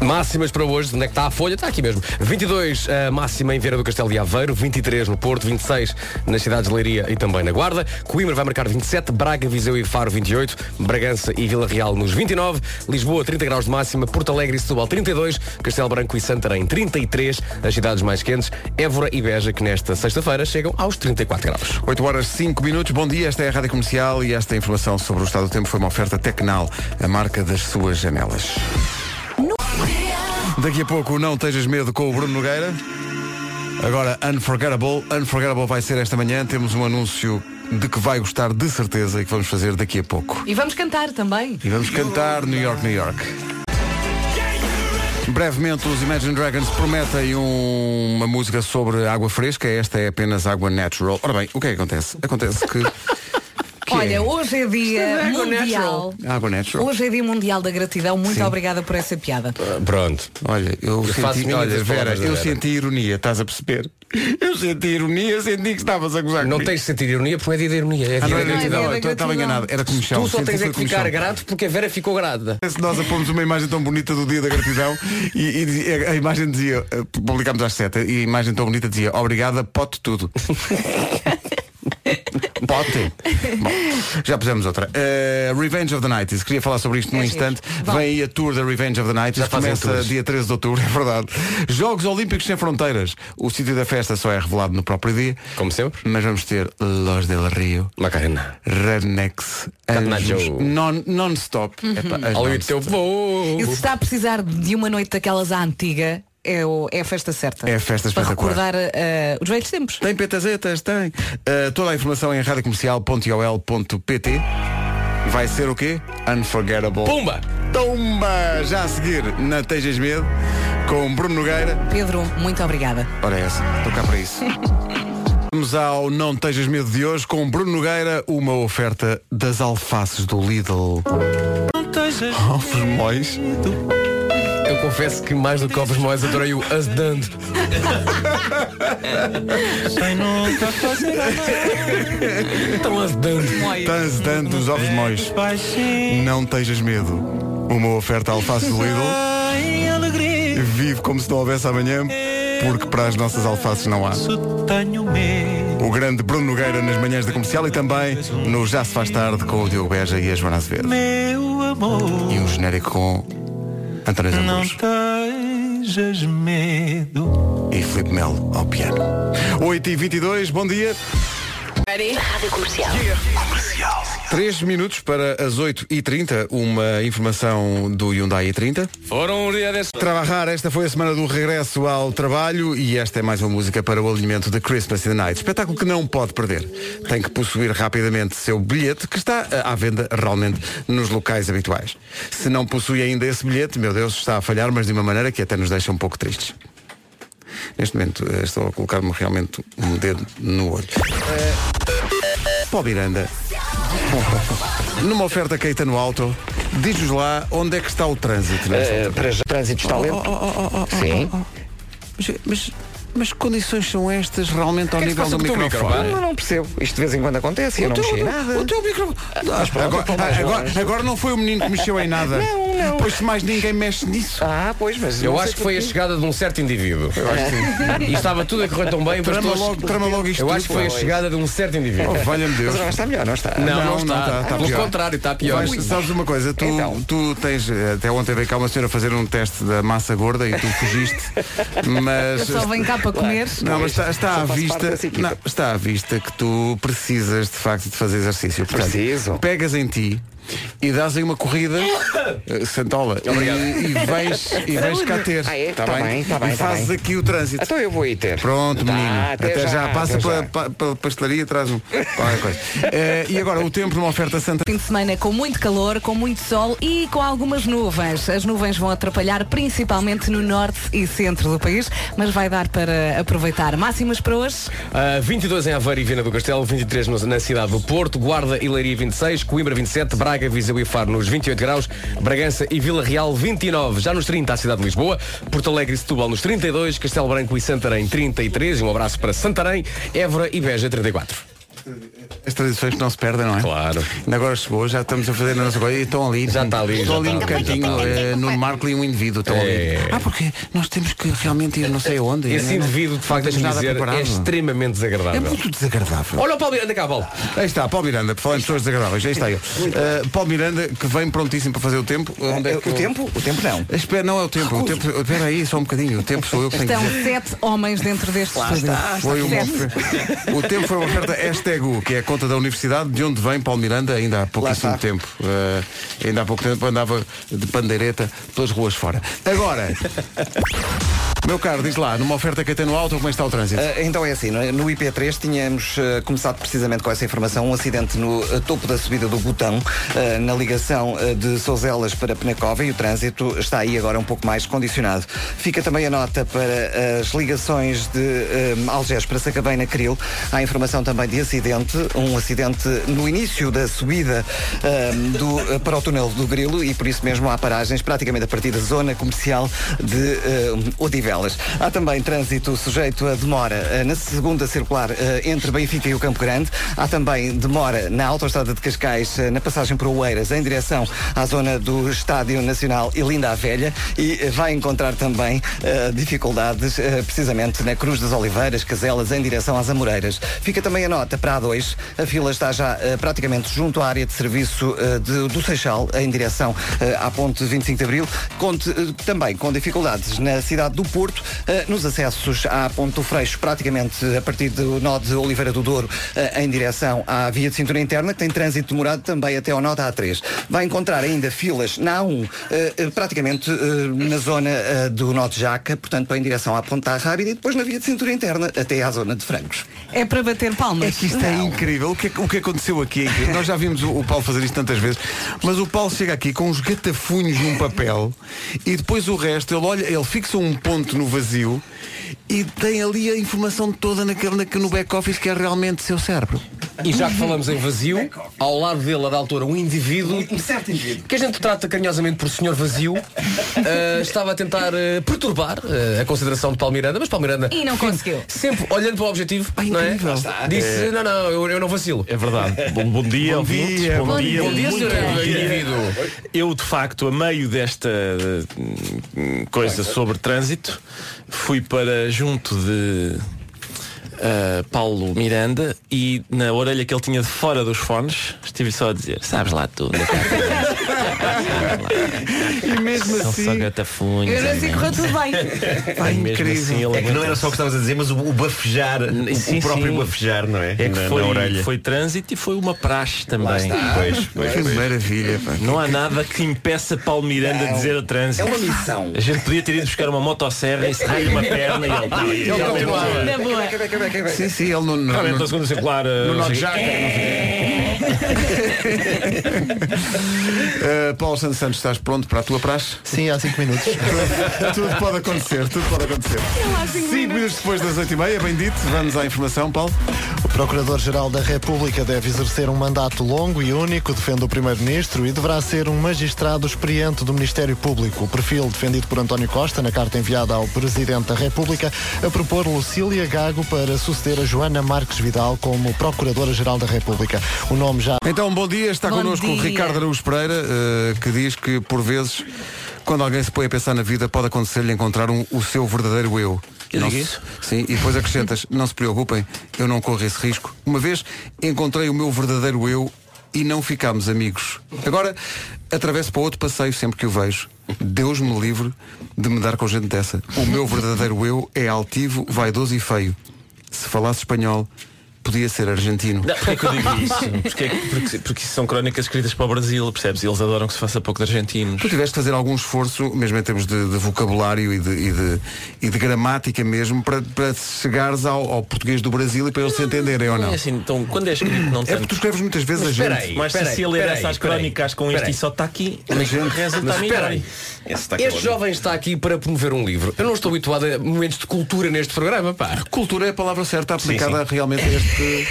Speaker 5: Máximas para hoje, onde é que está a folha? Está aqui mesmo. 22 a eh, máxima em Vieira do Castelo de Aveiro, 23 no Porto, 26 nas cidades de Leiria e também na Guarda. Coimbra vai marcar 27, Braga, Viseu e Faro 28, Bragança e Vila Real nos 29, Lisboa 30 graus de máxima, Porto Alegre e Setúbal 32, Castelo Branco e Santarém 33, as cidades mais quentes, Évora e Beja que nesta sexta-feira chegam aos 34 graus.
Speaker 1: 8 horas 5 minutos, bom dia, esta é a Rádio Comercial e esta informação sobre o estado do tempo foi uma oferta Tecnal, a marca das suas janelas. Daqui a pouco não tejas medo com o Bruno Nogueira. Agora Unforgettable. Unforgettable vai ser esta manhã. Temos um anúncio de que vai gostar de certeza e que vamos fazer daqui a pouco.
Speaker 2: E vamos cantar também.
Speaker 1: E vamos cantar New York, New York. Brevemente, os Imagine Dragons prometem um- uma música sobre água fresca. Esta é apenas água natural. Ora bem, o que é que acontece? Acontece (laughs) que. que
Speaker 2: Olha,
Speaker 1: é?
Speaker 2: hoje é dia
Speaker 11: Isto é
Speaker 2: mundial.
Speaker 1: Água natural.
Speaker 2: Hoje é dia mundial da gratidão. Muito
Speaker 1: Sim.
Speaker 2: obrigada por essa piada.
Speaker 1: Ah,
Speaker 5: Pronto.
Speaker 1: Olha, eu,
Speaker 5: faço
Speaker 1: senti,
Speaker 5: minhas
Speaker 1: olha,
Speaker 5: as
Speaker 1: Vera,
Speaker 5: palavras da
Speaker 1: eu
Speaker 5: Vera.
Speaker 1: senti ironia, estás a perceber? Eu senti ironia, senti que estavas a gozar
Speaker 5: Não tens de sentir ironia porque não é dia da ironia, é
Speaker 1: Ah,
Speaker 5: dia da
Speaker 1: não, é dia da
Speaker 5: gratidão.
Speaker 1: gratidão. Então eu estava enganado, era comichão,
Speaker 5: Tu só
Speaker 1: senti
Speaker 5: tens é
Speaker 1: foi
Speaker 5: que ficar
Speaker 1: comichão.
Speaker 5: grato porque a Vera ficou grata.
Speaker 1: Se nós apomos uma imagem tão bonita do dia da gratidão e, e dizia- a imagem dizia, eh, publicámos às sete, e a imagem tão bonita dizia, obrigada, pote tudo.
Speaker 5: (laughs)
Speaker 1: pote. Bom, já pusemos outra. Eh, Revenge of the Night. Queria falar sobre isto num instante. Vem aí a tour da Revenge of the Night.
Speaker 5: É Já fazem
Speaker 1: começa
Speaker 5: tours.
Speaker 1: dia 13 de outubro, (laughs) é verdade. Jogos Olímpicos Sem Fronteiras. O sítio da festa só é revelado no próprio dia.
Speaker 5: Como sempre.
Speaker 1: Mas vamos ter Los del Rio.
Speaker 5: Macarena.
Speaker 1: Rednecks.
Speaker 5: Carna
Speaker 1: Anjos,
Speaker 5: Joe.
Speaker 1: non- Non-stop.
Speaker 2: Uhum.
Speaker 5: Olha o teu voo.
Speaker 2: E se está a precisar de uma noite daquelas à antiga, é, o- é a festa certa.
Speaker 1: É a festa
Speaker 2: Para
Speaker 1: espetacular.
Speaker 2: recordar eh, os velhos tempos.
Speaker 1: Tem petazetas, tem. Uh, toda a informação em radiocomercial.ol.pt Vai ser o quê? Unforgettable.
Speaker 5: Pumba!
Speaker 1: Tumba! Já a seguir, na Tejas Medo, com Bruno Nogueira.
Speaker 2: Pedro, muito obrigada.
Speaker 1: Ora é essa, estou cá para isso. Vamos ao Não Tejas Medo de hoje com Bruno Nogueira, uma oferta das alfaces do Lidl. (laughs) Ovos mois.
Speaker 5: Eu confesso que mais do que ovos moles adorei o As Dando. Estão as dando.
Speaker 1: Tans dando os ovos mois. Não tejas medo. Uma oferta alface do Lidl. Vive como se não houvesse amanhã, porque para as nossas alfaces não há. O grande Bruno Nogueira nas manhãs da comercial e também no Já Se Faz Tarde com o Diogo Beja e a Joana Azevedo.
Speaker 12: Meu amor,
Speaker 1: E um genérico com António
Speaker 12: não
Speaker 1: Zambujo
Speaker 12: tejas medo.
Speaker 1: e Filipe Melo ao piano. 8h22, bom dia.
Speaker 4: Rádio Comercial. Comercial.
Speaker 1: 3 minutos para as 8h30, uma informação do Hyundai i30.
Speaker 5: Foram um dia desse.
Speaker 1: Trabalhar, esta foi a semana do regresso ao trabalho e esta é mais uma música para o alinhamento de Christmas in the Night. Espetáculo que não pode perder. Tem que possuir rapidamente seu bilhete, que está eh, à venda realmente nos locais habituais. Se não possui ainda esse bilhete, meu Deus, está a falhar, mas de uma maneira que até nos deixa um pouco tristes. Neste momento eh, estou a colocar-me realmente um dedo no olho. Eh, Paulo Miranda, (laughs) numa oferta Caetano Alto, diz-nos lá onde é que está o trânsito. nesta altura.
Speaker 3: Eh, para já, o trânsito está lento. Sim.
Speaker 1: Mas, mas, mas que condições são estas realmente ao
Speaker 3: que é que
Speaker 1: nível
Speaker 3: se
Speaker 1: do
Speaker 3: passa com o teu
Speaker 1: microfone?
Speaker 3: Eu não percebo. Isto de vez em quando acontece e eu não
Speaker 1: teu-
Speaker 3: mexi em nada.
Speaker 1: o teu microfone. Ah,
Speaker 3: mas pronto,
Speaker 1: agora,
Speaker 3: então mais
Speaker 1: agora-
Speaker 3: horas.
Speaker 1: agora não foi o menino que mexeu em nada.
Speaker 3: Não, não.
Speaker 1: Pois se mais ninguém mexe nisso.
Speaker 3: Ah, pois, mas
Speaker 5: Eu
Speaker 3: não
Speaker 5: acho
Speaker 3: sei
Speaker 5: que foi a
Speaker 3: porquê.
Speaker 5: chegada de um certo indivíduo. E estava tudo a correr tão bem, mas
Speaker 1: Trama
Speaker 5: todos-
Speaker 1: logo, trama logo isto.
Speaker 5: Eu acho que foi a
Speaker 1: tudo.
Speaker 5: chegada de um certo indivíduo.
Speaker 1: Oh, valha-me Deus.
Speaker 3: Mas agora está melhor, não está?
Speaker 5: Não, não,
Speaker 1: não,
Speaker 5: está.
Speaker 1: não está, está
Speaker 5: Pelo
Speaker 1: pior.
Speaker 5: contrário, está pior.
Speaker 1: Mas, sabes uma coisa, tu,
Speaker 3: Então.
Speaker 1: tu tens, eh, até ontem veio cá uma senhora fazer um teste da massa gorda e tu
Speaker 3: (laughs)
Speaker 1: fugiste, mas
Speaker 2: Eu só venho cá para comer.
Speaker 1: Não, mas está, está à
Speaker 3: Só faço parte
Speaker 1: vista.
Speaker 3: dessa equipa.
Speaker 1: não, está à vista que tu precisas de facto de fazer exercício. Portanto,
Speaker 3: Preciso.
Speaker 1: Pegas em ti e dás aí uma corrida eh, Santola
Speaker 5: Obrigado.
Speaker 1: E, e vens, e vens cá ter.
Speaker 3: Ah, é?
Speaker 1: Está
Speaker 3: Tá
Speaker 1: bem?
Speaker 3: bem, tá bem,
Speaker 1: e
Speaker 3: tá
Speaker 1: fazes
Speaker 3: bem.
Speaker 1: aqui o trânsito.
Speaker 3: Então eu vou aí ter.
Speaker 1: Pronto,
Speaker 3: Tá,
Speaker 1: menino.
Speaker 3: até
Speaker 1: Até, já,
Speaker 3: já,
Speaker 1: passa
Speaker 3: até
Speaker 1: pela,
Speaker 3: já.
Speaker 1: pa- pela pastelaria e traz um. qualquer coisa. Eh, e agora o tempo numa oferta Santa.
Speaker 2: Fim de semana com muito calor, com muito sol e com algumas nuvens. As nuvens vão atrapalhar principalmente no norte e centro do país, mas vai dar para aproveitar. Máximas para hoje?
Speaker 5: Ah, 22 em Aveiro e Viana do Castelo, 23 no- na cidade do Porto, Guarda e Leiria 26, Coimbra 27, Braga, Viseu e Faro nos 28 graus, Bragança e Vila Real 29, já nos 30 a cidade de Lisboa, Porto Alegre e Setúbal nos 32, Castelo Branco e Santarém 33, e um abraço para Santarém, Évora e Beja 34.
Speaker 1: As tradições que não se perdem, não é?
Speaker 5: Claro.
Speaker 1: Agora chegou, já estamos a fazer a nossa coisa e estão ali. Já está
Speaker 5: ali,
Speaker 1: Estão
Speaker 5: já está
Speaker 1: ali
Speaker 5: ali,
Speaker 1: um
Speaker 5: já
Speaker 1: cantinho,
Speaker 5: está ali.
Speaker 1: eh, no Marco e um indivíduo. Estão
Speaker 5: É.
Speaker 1: ali. Ah, porque nós temos que realmente ir não sei onde.
Speaker 5: Esse
Speaker 1: né?
Speaker 5: indivíduo, de facto,
Speaker 1: Não temos
Speaker 5: deixa-me
Speaker 1: nada
Speaker 5: dizer,
Speaker 1: preparado.
Speaker 5: é extremamente
Speaker 1: É
Speaker 5: desagradável.
Speaker 1: muito desagradável.
Speaker 5: Olha o Paulo Miranda cá, Paulo.
Speaker 1: Aí está, Paulo Miranda, por falar em pessoas desagradáveis, aí está ele. Uh, Paulo Miranda, que vem prontíssimo para fazer o tempo. Onde é que
Speaker 3: o
Speaker 1: eu-
Speaker 3: tempo? O tempo não.
Speaker 1: Espera, não é o tempo. O tempo espera aí, só um bocadinho. O tempo sou eu que tenho que
Speaker 2: Estão
Speaker 1: dizer.
Speaker 2: sete homens dentro deste
Speaker 1: é. Lá
Speaker 2: estúdio.
Speaker 1: está, está Foi um uma
Speaker 2: Sete.
Speaker 1: O tempo foi uma oferta hashtag U, que é a conta da universidade, de onde vem Paulo Miranda, ainda há pouquíssimo tempo. Eh, ainda há pouco tempo andava de pandeireta pelas ruas fora. Agora, meu caro, diz lá, numa oferta que até no alto, como é que está o trânsito?
Speaker 3: Ah, então é assim, no no IP3 tínhamos ah, começado precisamente com essa informação, um acidente no ah, topo da subida do Botão, ah, na ligação ah, de Souzelas para Penacova e o trânsito está aí agora um pouco mais condicionado. Fica também a nota para as ligações de ah, Algés para Sacabém Cril. Há informação também de acidente, um acidente no início da subida ah, do, ah, para o túnel do Grilo e por isso mesmo há paragens praticamente a partir da zona comercial de eh, Odivelas. Há também trânsito sujeito a demora eh, na segunda circular eh, entre Benfica e o Campo Grande. Há também demora na autoestrada de Cascais, eh, na passagem por Oeiras, em direção à zona do Estádio Nacional e Linda a Velha. E eh, vai encontrar também eh, dificuldades, eh, precisamente na Cruz das Oliveiras, Caselas, em direção às Amoreiras. Fica também a nota para A2. A fila está já eh, praticamente junto à área de serviço eh, de- do Seixal, em direção eh, à ponte 25 de Abril. Conte eh, também com dificuldades na cidade do Porto, eh, nos acessos à ponte do Freixo, praticamente a partir do nó de Oliveira do Douro, eh, em direção à via de cintura interna, que tem trânsito demorado também até ao nó da A3. Vai encontrar ainda filas na A1, eh, eh, praticamente eh, na zona eh, do nó de Jaca, portanto, em direção à ponte da Rábida e depois na via de cintura interna até à zona de Francos.
Speaker 2: É para bater palmas.
Speaker 1: É que isto é incrível. O que, é que- o que aconteceu aqui é incrível. Nós já vimos o, o Paulo fazer isto tantas vezes, mas o Paulo chega aqui com uns gatafunhos num papel e depois o resto, ele olha, ele fixa um ponto no vazio e tem ali a informação toda naquele, naquele no back-office que é realmente seu cérebro.
Speaker 5: E já que falamos em vazio, ao lado dele, a da altura, um indivíduo que a gente trata carinhosamente por senhor (laughs) vazio, eh, estava a tentar eh, perturbar eh, a consideração de Paulo Miranda, mas Paulo Miranda
Speaker 2: E não conseguiu.
Speaker 5: sempre olhando para o objetivo, não é? Disse, não, não, eu, eu não vacilo.
Speaker 11: É verdade. Bom, bom dia,
Speaker 5: Bom
Speaker 11: ouvintes.
Speaker 5: dia,
Speaker 11: bom,
Speaker 5: bom
Speaker 11: dia,
Speaker 5: dia. Bom dia,
Speaker 11: muito
Speaker 5: senhor
Speaker 11: bom dia.
Speaker 5: indivíduo.
Speaker 11: Eu, de facto, a meio desta hum, coisa sobre trânsito, fui para junto de ah, Paulo Miranda e na orelha que ele tinha de fora dos fones, estive só a dizer, sabes lá tu, onde é que há
Speaker 1: E mesmo
Speaker 11: São só
Speaker 1: assim.
Speaker 11: gatafunhos.
Speaker 2: Eu não sei, correu tudo bem.
Speaker 1: Ah,
Speaker 11: Pá, incrível.
Speaker 13: é que não era só o que estavas a dizer, mas o, o bafejar, o-
Speaker 11: Sim,
Speaker 13: o próprio
Speaker 11: sim.
Speaker 13: bafejar, não é?
Speaker 11: É que
Speaker 13: na,
Speaker 11: foi,
Speaker 13: na orelha.
Speaker 11: foi trânsito e foi uma praxe
Speaker 13: Lá
Speaker 11: também.
Speaker 13: está. Pois, pois,
Speaker 1: Que pois. maravilha.
Speaker 11: Não há nada que impeça Paulo Miranda a dizer o trânsito.
Speaker 13: É uma missão.
Speaker 11: A gente podia ter ido buscar uma motosserra e serrar-lhe uma perna e ele não,
Speaker 1: Ele continuava.
Speaker 11: ele-
Speaker 1: Sim, sim, ele não. não,
Speaker 5: é
Speaker 11: Realmente,
Speaker 1: não-
Speaker 11: na segunda circular. eh,
Speaker 1: No
Speaker 11: não sei-
Speaker 1: Norte-Jaca, Uh, Paulo Santos Santos, estás pronto para a tua praxe?
Speaker 6: Sim, há 5 minutos.
Speaker 1: tudo pode acontecer, tudo pode acontecer. 5 minutos depois das 8h30, bem dito, vamos à informação, Paulo.
Speaker 6: O (laughs) Procurador-Geral da República deve exercer um mandato longo e único, defende o Primeiro-Ministro, e deverá ser um magistrado experiente do Ministério Público. O perfil defendido por António Costa na carta enviada ao Presidente da República a propor Lucília Gago para suceder a Joana Marques Vidal como Procuradora-Geral da República. O nome já...
Speaker 1: Então, bom dia, está
Speaker 6: Bom
Speaker 1: connosco o
Speaker 6: dia.
Speaker 1: Ricardo Araújo Pereira, eh, que diz que, por vezes, quando alguém se põe a pensar na vida, pode acontecer-lhe encontrar um- o seu verdadeiro eu.
Speaker 11: Eu
Speaker 1: Não
Speaker 11: digo
Speaker 1: se-
Speaker 11: isso?
Speaker 1: Sim, e depois acrescentas, não se preocupem, eu não corro esse risco. Uma vez encontrei o meu verdadeiro eu e não ficámos amigos. Agora, atravesso para outro passeio sempre que o vejo. Deus me livre de me dar com gente dessa. O meu verdadeiro eu é altivo, vaidoso e feio. Se falasse espanhol, podia ser argentino.
Speaker 11: Não, Porquê que eu digo isso? Porque, é que- porque, porque isso são crónicas escritas para o Brasil, percebes? E eles adoram que se faça pouco de argentinos.
Speaker 1: Tu tiveste de fazer algum esforço, mesmo em termos de, de vocabulário e de, e de- e de gramática mesmo, para, para chegares ao, ao português do Brasil e para eles se entenderem ou não.
Speaker 11: É assim, então quando é escrito não
Speaker 1: É porque tu escreves muitas vezes a gente.
Speaker 11: Mas se se ler essas crónicas com este e só está aqui, resulta
Speaker 5: espera
Speaker 11: melhor.
Speaker 5: aí. Este jovem está aqui para promover um livro. Eu não estou habituado a momentos de cultura neste programa, pá.
Speaker 1: Cultura é a palavra certa aplicada
Speaker 5: Sim, sim.
Speaker 1: realmente a este
Speaker 11: (laughs)
Speaker 13: que.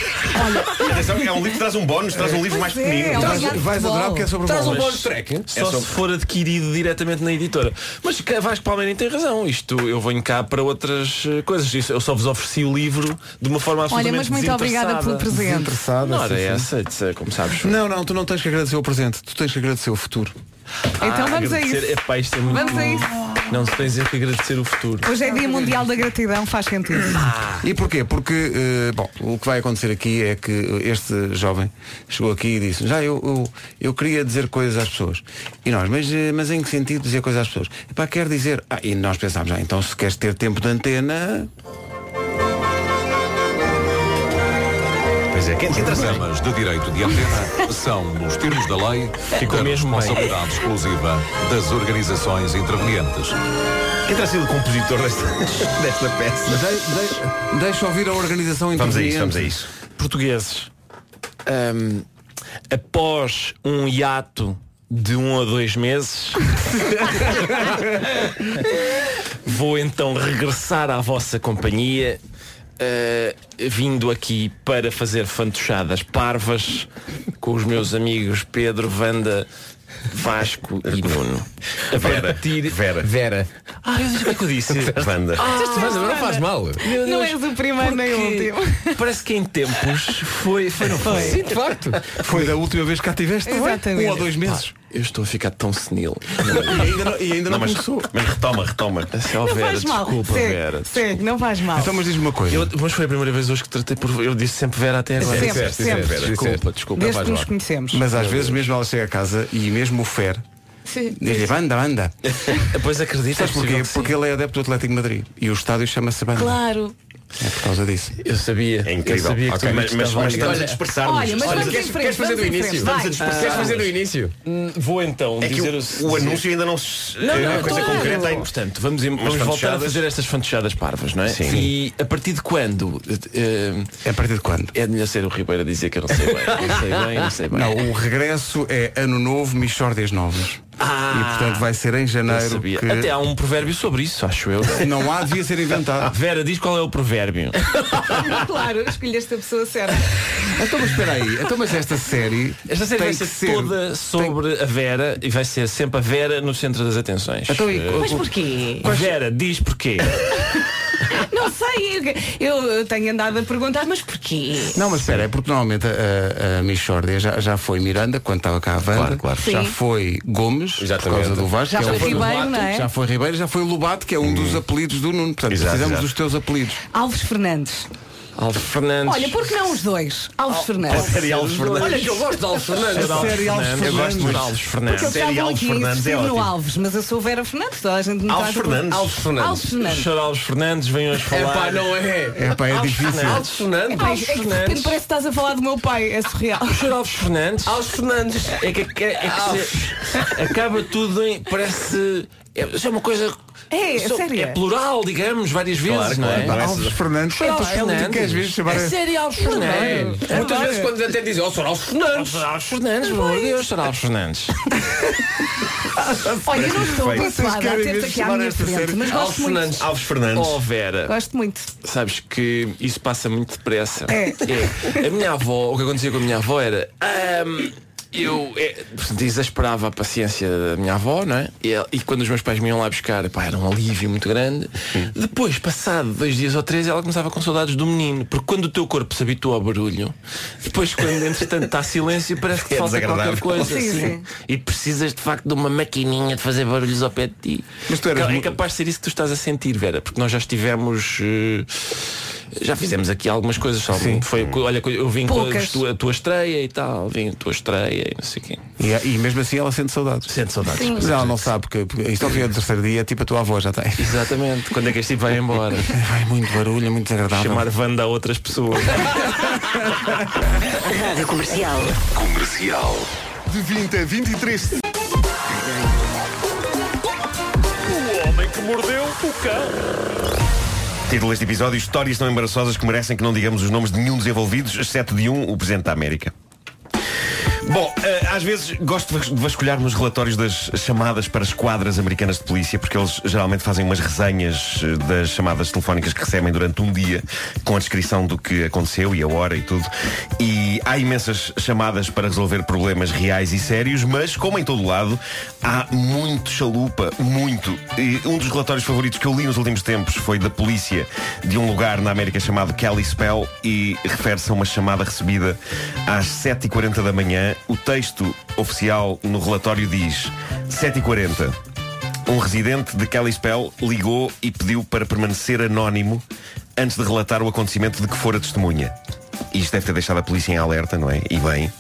Speaker 13: Atenção, é um livro que traz um bónus, traz um livro mais
Speaker 2: Pois é,
Speaker 13: pequenino.
Speaker 2: é um Traz- livro de vais futebol. adorar porque é sobre
Speaker 11: Traz um
Speaker 2: bolas.
Speaker 11: bonus track.
Speaker 13: É
Speaker 11: Só se
Speaker 13: sobre-
Speaker 11: for adquirido diretamente na editora. Mas que- Vasco Palmeirinho tem razão. Isto eu venho cá para outras eh, coisas. Isso- Eu só vos ofereci o livro de uma forma absolutamente
Speaker 2: mas muito obrigada pelo presente.
Speaker 11: Desinteressada.
Speaker 2: Desinteressada,
Speaker 11: Não era
Speaker 2: Ah, sim, sim.
Speaker 11: essa, disse, como sabes.
Speaker 1: Não, não, tu não tens que agradecer o presente, tu tens que agradecer o futuro.
Speaker 5: Ah,
Speaker 2: Então vamos a
Speaker 11: agradecer-
Speaker 2: isso.
Speaker 11: Epá, isto é muito
Speaker 2: Vamos a
Speaker 11: bom.
Speaker 2: isso.
Speaker 11: Não se tem dizer que agradecer o futuro.
Speaker 2: Hoje é Dia Mundial da Gratidão, faz sentido.
Speaker 1: E porquê? Porque, eh, bom, o que vai acontecer aqui é que este jovem chegou aqui e disse, já eu, eu, eu queria dizer coisas às pessoas. E nós, mas, eh, mas em que sentido dizer coisas às pessoas? Epá, quer dizer, ah, e nós pensámos, ah, então se queres ter tempo de antena...
Speaker 9: Pois é, quem Os temas de direito de antena são, nos termos da lei,
Speaker 11: Ficou
Speaker 9: da
Speaker 11: mesmo bem.
Speaker 9: responsabilidade exclusiva das organizações intervenientes. Quem terá sido o compositor desta, desta peça?
Speaker 1: De, de, deixa ouvir a organização
Speaker 13: Vamos a
Speaker 1: interveniente.
Speaker 13: isso, vamos a isso.
Speaker 11: Portugueses, ahm, após um hiato de um a dois meses, (laughs) vou então regressar à vossa
Speaker 2: É.
Speaker 11: companhia, ah, vindo aqui para fazer fantochadas parvas com os meus amigos Pedro, Vanda, Vasco e Nuno. A partir... Vera. Vera. Ah, eu disse o que é que eu disse?
Speaker 13: Vanda.
Speaker 11: Ah,
Speaker 5: Disseste
Speaker 11: Vanda,
Speaker 5: Vanda.
Speaker 11: não faz mal. Meu
Speaker 5: Não
Speaker 11: Deus.
Speaker 5: és o primeiro nem o
Speaker 2: um,
Speaker 11: Porque (laughs) Parece que em tempos foi, foi, não foi?
Speaker 5: Sim, de facto.
Speaker 1: Foi da última vez que cá tiveste, não é?
Speaker 2: Exatamente.
Speaker 1: Um ou dois meses.
Speaker 11: Eu estou a ficar tão senil.
Speaker 1: e ainda não, e ainda não,
Speaker 11: mas-
Speaker 1: começou.
Speaker 13: Mas retoma, retoma.
Speaker 11: Oh,
Speaker 2: Não
Speaker 11: Vera,
Speaker 2: faz mal.
Speaker 11: desculpa,
Speaker 2: Segue,
Speaker 11: Vera.
Speaker 2: segue, não faz mal.
Speaker 1: Então, mas diz-me uma coisa.
Speaker 11: mas foi a primeira vez hoje que tratei por. Eu disse sempre Vera até agora.
Speaker 2: Sempre, Disseste, sempre. disseste,
Speaker 11: Desculpa,
Speaker 1: disseste.
Speaker 11: desculpa,
Speaker 2: Desde
Speaker 11: faz
Speaker 2: que
Speaker 11: mal.
Speaker 2: nos conhecemos.
Speaker 1: Mas às vezes mesmo ela chega a casa e mesmo o Fer
Speaker 2: Sim.
Speaker 1: diz-lhe, banda, (laughs) banda.
Speaker 11: Pois acredito.
Speaker 1: Sabes porquê? Porque ele é adepto do Atlético de Madrid e o estádio chama-se Banda.
Speaker 2: Claro.
Speaker 1: É por causa disso.
Speaker 11: Eu sabia.
Speaker 13: É incrível.
Speaker 11: Eu sabia que
Speaker 13: Ok,
Speaker 11: tudo
Speaker 13: mas,
Speaker 11: isto
Speaker 13: mas,
Speaker 11: estava
Speaker 13: mas estamos
Speaker 11: ligado.
Speaker 13: a dispersar-nos.
Speaker 2: Olha, mas vamos em frente.
Speaker 5: Queres fazer do
Speaker 2: vamos em frente,
Speaker 5: início?
Speaker 2: vai. (laughs)
Speaker 5: Queres fazer do início?
Speaker 11: Vou então
Speaker 13: É que
Speaker 11: dizer
Speaker 13: o,
Speaker 11: o,
Speaker 13: o anúncio ainda não se.
Speaker 11: Não,
Speaker 13: é
Speaker 11: não,
Speaker 13: uma coisa
Speaker 11: claro.
Speaker 13: concreta ainda.
Speaker 11: Portanto, vamos, vamos
Speaker 13: Umas
Speaker 11: voltar a
Speaker 13: fantochadas.
Speaker 11: fazer estas fantochadas parvas, não é?
Speaker 13: Sim.
Speaker 11: E a partir de quando? Eh,
Speaker 1: É a partir de quando?
Speaker 11: eh, é de melhor ser o Ribeiro a dizer que eu não sei bem. Não (laughs) sei bem, não sei bem.
Speaker 1: Não, o regresso é ano novo, Michórdias Novas.
Speaker 11: Ah!
Speaker 1: e portanto vai ser em
Speaker 11: Eu
Speaker 1: janeiro.
Speaker 11: sabia.
Speaker 1: que-
Speaker 11: Até há um provérbio sobre isso, acho eu.
Speaker 1: Não há, devia ser inventado.
Speaker 11: Vera, diz qual é o provérbio.
Speaker 2: Claro, escolheste a pessoa certa.
Speaker 1: (laughs) então, mas espera aí. Então, mas esta série.
Speaker 11: Esta série
Speaker 1: tem
Speaker 11: vai
Speaker 1: que
Speaker 11: ser,
Speaker 1: ser
Speaker 11: toda sobre a Vera e vai ser sempre a Vera no centro das atenções.
Speaker 1: Então, e-
Speaker 11: Eh,
Speaker 2: Mas porquê?
Speaker 11: Vera, diz porquê.
Speaker 2: Não sei. Eu, eu tenho andado a perguntar, mas porquê?
Speaker 1: Não, mas espera, é porque normalmente a, a, a Michórdia já, já foi Miranda, quando estava cá a Wanda.
Speaker 11: Claro, claro.
Speaker 1: Já
Speaker 2: Sim.
Speaker 1: foi Gomes,
Speaker 13: Exatamente.
Speaker 1: por causa do Vasco.
Speaker 2: Já
Speaker 1: que é
Speaker 2: foi
Speaker 1: um-
Speaker 2: Ribeiro, não é?
Speaker 1: Já foi Ribeiro, já foi Lobato, que é um dos apelidos do Nuno. Portanto,
Speaker 13: Exato,
Speaker 1: precisamos
Speaker 13: exato.
Speaker 1: dos teus apelidos.
Speaker 2: Alves Fernandes.
Speaker 11: Alves Fernandes.
Speaker 2: Olha, por que não os dois? Alves Fernandes.
Speaker 13: Série Alves Fernandes.
Speaker 5: Olha que eu gosto de Alves Fernandes.
Speaker 11: Adoro
Speaker 1: série Alves
Speaker 11: Eu gosto muito de
Speaker 1: Fernandes.
Speaker 11: Alves
Speaker 2: Porque eles
Speaker 13: Série
Speaker 11: Fernandes.
Speaker 2: estavam
Speaker 13: Alves
Speaker 2: aqui a
Speaker 13: Fernandes é
Speaker 2: insistir no
Speaker 13: ótimo.
Speaker 2: Alves, mas eu sou Vera Fernandes, toda a gente me
Speaker 13: Alves
Speaker 2: está a-
Speaker 13: Fernandes.
Speaker 5: Alves Fernandes.
Speaker 2: Alves Fernandes.
Speaker 11: Senhor Alves Fernandes, vem hoje
Speaker 5: É
Speaker 11: falar.
Speaker 5: pá, não é?
Speaker 1: É pá, é
Speaker 11: Alves
Speaker 1: difícil.
Speaker 11: Fernandes.
Speaker 5: Alves Fernandes.
Speaker 2: Ai,
Speaker 5: Alves
Speaker 2: é que de repente
Speaker 5: Fernandes.
Speaker 2: parece que estás a falar do meu pai, é surreal.
Speaker 11: O Sr. Alves Fernandes
Speaker 5: Alves Fernandes.
Speaker 11: é que, é que- é que se- acaba tudo em. parece. É, isso é uma coisa.
Speaker 2: É, é
Speaker 11: só-
Speaker 2: sério.
Speaker 11: é plural, digamos, várias vezes,
Speaker 13: Claro,
Speaker 11: não é?
Speaker 13: claro, não é?
Speaker 1: Alves Fernandes.
Speaker 11: Sr.
Speaker 1: Epá,
Speaker 11: Alves
Speaker 1: é o que
Speaker 11: Fernandes.
Speaker 1: queres ver chamar.
Speaker 11: É sério, Alves
Speaker 1: é?
Speaker 11: Fernandes.
Speaker 5: Muitas vezes quando até dizem, oh, Sr. Alves Fernandes.
Speaker 11: Sr. Alves Fernandes, pelo amor de Deus, Sr. Alves Fernandes.
Speaker 1: É
Speaker 2: Olha, eu não estou
Speaker 13: perfeito.
Speaker 2: habituada a
Speaker 1: querem
Speaker 2: ter-te
Speaker 1: mesmo
Speaker 2: aqui à
Speaker 1: chamar
Speaker 2: minha
Speaker 1: esta
Speaker 2: frente,
Speaker 1: série?
Speaker 2: mas
Speaker 5: Alves
Speaker 2: gosto muito.
Speaker 5: Fernandes.
Speaker 13: Alves Fernandes.
Speaker 11: Oh Vera,
Speaker 2: Gosto muito.
Speaker 11: sabes que isso passa muito depressa.
Speaker 2: É.
Speaker 11: A minha avó, o que acontecia com a minha avó era. ahm, eu é, portanto, exasperava a paciência da minha avó, não é? E, ela- e quando os meus pais me iam lá buscar, pá, era um alívio muito grande. Depois, passado dois dias ou três, ela começava com saudades do menino. Porque quando o teu corpo se habitua ao barulho, depois quando entretanto está silêncio, parece que
Speaker 13: É
Speaker 11: falta qualquer
Speaker 13: desagradável.
Speaker 11: coisa.
Speaker 2: Sim,
Speaker 11: assim.
Speaker 2: sim.
Speaker 11: E precisas de facto de uma maquininha de fazer barulhos ao pé de ti.
Speaker 1: Mas tu eras
Speaker 11: é
Speaker 1: mu-
Speaker 11: capaz de ser isso que tu estás a sentir, Vera, porque nós já estivemos. eh, já fizemos aqui algumas coisas. Só foi, olha, eu vim com a
Speaker 2: Poucas.
Speaker 11: tua, a tua estreia e tal, vim a tua estreia e não sei o quê.
Speaker 1: E, e mesmo assim ela sente saudades.
Speaker 11: Sente saudades.
Speaker 1: Mas ela não sabe, porque porque isto ao fim do terceiro dia, tipo a tua avó já tem.
Speaker 11: Exatamente. Quando é que este tipo vai embora?
Speaker 1: (laughs) Vai muito barulho, é muito desagradável.
Speaker 11: Chamar Wanda a outras pessoas.
Speaker 4: (laughs) Rádio Comercial.
Speaker 9: Comercial.
Speaker 14: De 20 a 23.
Speaker 13: Título deste episódio: Histórias tão embaraçosas que merecem que não digamos os nomes de nenhum dos envolvidos, exceto de um, o Presidente da América. Bom, eh, às vezes gosto de vas- de vasculhar nos relatórios das chamadas para esquadras americanas de polícia, porque eles geralmente fazem umas resenhas eh, das chamadas telefónicas que recebem durante um dia, com a descrição do que aconteceu e a hora e tudo. E há imensas chamadas para resolver problemas reais e sérios, mas como em todo lado, há muito chalupa, muito. E um dos relatórios favoritos que eu li nos últimos tempos foi da polícia de um lugar na América chamado Kelly Spell e refere-se a uma chamada recebida às 7h40 da manhã. O texto oficial no relatório diz 7h40. Um residente de Kelly Spell ligou e pediu para permanecer anónimo antes de relatar o acontecimento de que fora testemunha. Isto deve ter deixado a polícia em alerta, não é? E bem.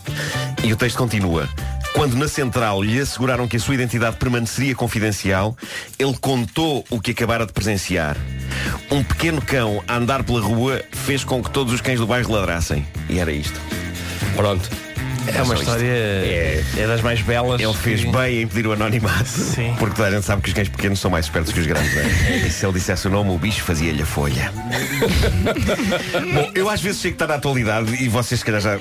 Speaker 13: E o texto continua. Quando na central lhe asseguraram que a sua identidade permaneceria confidencial, ele contou o que acabara de presenciar. Um pequeno cão a andar pela rua fez com que todos os cães do bairro ladrassem. E era isto. Pronto.
Speaker 11: É uma história-
Speaker 13: É, das mais belas. Ele fez bem em pedir o anonimato. Porque toda a gente sabe que os cães pequenos são mais espertos que os grandes, não é?
Speaker 11: (laughs)
Speaker 13: E se ele dissesse o nome, o bicho fazia-lhe a folha. Bom, eu às vezes sei que está na atualidade e vocês se calhar já,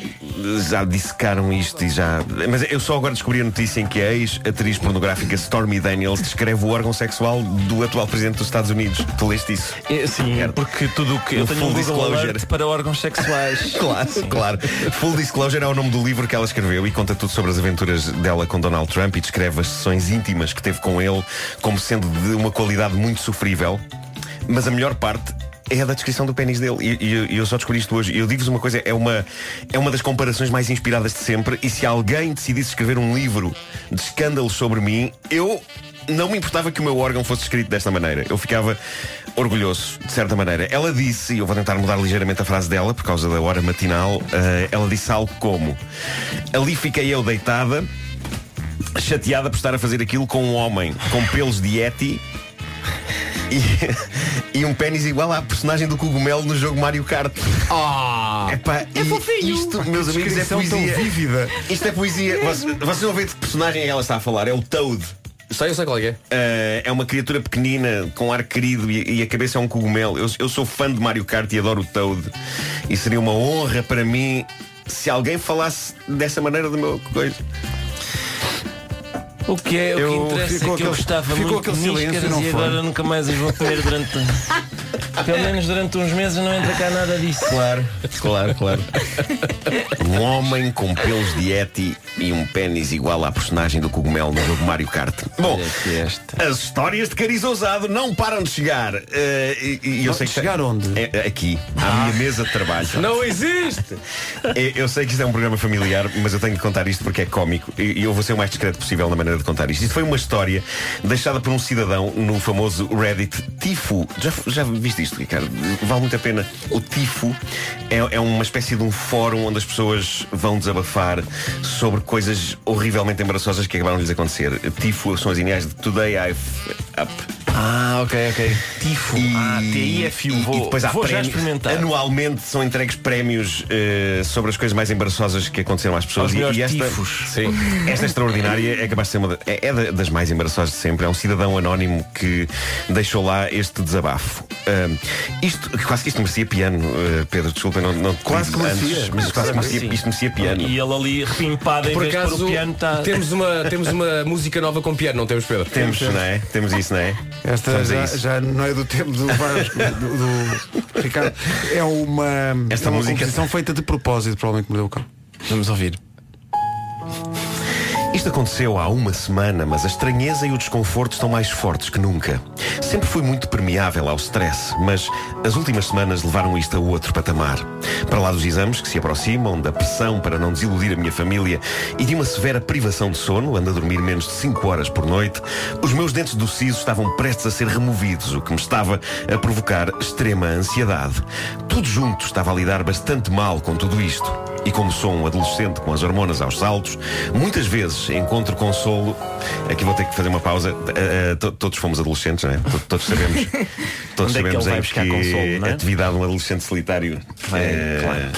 Speaker 13: já dissecaram isto e já. Mas eu só agora descobri a notícia em que a ex-atriz pornográfica Stormy Daniels descreve o órgão sexual do atual presidente dos Estados Unidos. Tu leste isso?
Speaker 11: sim, porque tudo o que.
Speaker 13: No
Speaker 11: eu tenho
Speaker 13: full
Speaker 11: um Google
Speaker 13: disclosure.
Speaker 11: Alert para
Speaker 5: (laughs)
Speaker 11: órgãos sexuais.
Speaker 13: Claro, claro. Full Disclosure é o nome do livro que ela escreveu e conta tudo sobre as aventuras dela com Donald Trump e descreve as sessões íntimas que teve com ele como sendo de uma qualidade muito sofrível. Mas a melhor parte é a da descrição do pênis dele. E, e eu- e eu só descobri isto hoje. E eu digo-vos uma coisa, é uma, é uma das comparações mais inspiradas de sempre. E se alguém decidisse escrever um livro de escândalos sobre mim, eu não me importava que o meu órgão fosse escrito desta maneira. Eu ficava orgulhoso, de certa maneira. Ela disse, e eu vou tentar mudar ligeiramente a frase dela por causa da hora matinal, eh, ela disse algo como: Ali fiquei eu deitada, chateada por estar a fazer aquilo com um homem com pelos de Yeti. E, e um pênis igual à personagem do cogumelo no jogo Mario Kart.
Speaker 5: Ah!
Speaker 13: Epá, e Isto, meus amigos, é
Speaker 1: Descrição tão
Speaker 13: poesia.
Speaker 1: vívida.
Speaker 13: Isto é poesia. Vocês, vocês vão ver de que personagem é que ela está a falar. É o Toad.
Speaker 5: Sei, eu sei qual é.
Speaker 13: é uma criatura pequenina, com ar querido e, e a cabeça é um cogumelo. Eu, eu sou fã de Mario Kart e adoro o Toad. E seria uma honra para mim se alguém falasse dessa maneira do meu coisa.
Speaker 11: O que é o que
Speaker 13: Eu-
Speaker 11: interessa
Speaker 13: ficou
Speaker 11: é que eu
Speaker 13: aquele-
Speaker 11: gostava
Speaker 13: ficou
Speaker 11: muito
Speaker 13: aquele
Speaker 11: de
Speaker 13: silêncio,
Speaker 11: níscaras
Speaker 13: não
Speaker 11: e
Speaker 13: foi?
Speaker 11: agora nunca mais as vou comer durante. um-
Speaker 13: (laughs)
Speaker 11: Pelo menos durante uns meses não entra cá nada disso.
Speaker 13: Claro, claro, claro. Um homem com pelos de Yeti e um pênis igual à personagem do cogumelo no jogo Mario Kart. Bom,
Speaker 1: é
Speaker 13: as histórias de cariz ousado não param de chegar. Eh, e, e eu sei que chegar onde? aqui, à minha mesa de trabalho.
Speaker 5: Não existe!
Speaker 13: Eu- Eu sei que isto é um programa familiar, mas eu tenho de contar isto porque é cómico e e eu vou ser o mais discreto possível na maneira de contar isto. Isto foi uma história deixada por um cidadão no famoso Reddit Tifo. Já, já viste isto, Ricardo? Vale muito a pena. O Tifo é, é uma espécie de um fórum onde as pessoas vão desabafar sobre coisas horrivelmente embaraçosas que acabaram de lhes acontecer. Tifo são as iniciais de Today I F Up.
Speaker 11: Ah, ok, ok. Tifo. ah, T-I-F-U.
Speaker 13: E- e
Speaker 11: Vou,
Speaker 13: depois há
Speaker 11: vou já
Speaker 13: prémios.
Speaker 11: experimentar.
Speaker 13: Anualmente são entregues prémios eh, sobre as coisas mais embaraçosas que aconteceram às pessoas.
Speaker 11: Aos melhores
Speaker 13: esta,
Speaker 11: tifos.
Speaker 13: Sim. esta extraordinária é capaz de ser uma da- é, é da- das mais embaraçosas de sempre. É um cidadão anónimo que deixou lá este desabafo. Ahm, isto, quase que isto merecia piano, eh, Pedro, desculpa, não,
Speaker 1: é.
Speaker 13: não te
Speaker 11: Quase que
Speaker 13: disse
Speaker 11: merecia.
Speaker 13: antes, mas quase que merecia, isto merecia piano.
Speaker 11: E ele ali repimpado em
Speaker 5: Por
Speaker 11: vez de pôr
Speaker 5: acaso,
Speaker 11: o piano tá. está.
Speaker 5: temos, uma, temos
Speaker 11: (laughs)
Speaker 5: uma música nova com piano, não temos, Pedro?
Speaker 13: Temos,
Speaker 5: Temos.
Speaker 13: não é? Temos isso, não é?
Speaker 1: Esta
Speaker 13: Vamos a
Speaker 1: já,
Speaker 13: isso.
Speaker 1: já não é do tempo do
Speaker 13: (laughs)
Speaker 1: Vasco, do, do Ricardo. É uma,
Speaker 13: Esta
Speaker 1: é uma
Speaker 13: música-
Speaker 1: composição feita de propósito, provavelmente me deu cá.
Speaker 5: Vamos ouvir.
Speaker 13: Isto aconteceu há uma semana, mas a estranheza e o desconforto estão mais fortes que nunca. Sempre fui muito permeável ao stress, mas as últimas semanas levaram isto a outro patamar. Para lá dos exames que se aproximam, da pressão para não desiludir a minha família e de uma severa privação de sono, ando a dormir menos de 5 horas por noite, os meus dentes do siso estavam prestes a ser removidos, o que me estava a provocar extrema ansiedade. Tudo junto estava a lidar bastante mal com tudo isto. E como sou um adolescente com as hormonas aos saltos, muitas vezes encontro consolo. Aqui vou ter que fazer uma pausa. Eh, eh, to- todos fomos adolescentes, não é? To- Todos sabemos. Todos
Speaker 11: Onde é que
Speaker 13: sabemos
Speaker 11: ele vai
Speaker 13: em
Speaker 11: buscar consolo, não é?
Speaker 13: atividade de um adolescente solitário. eh,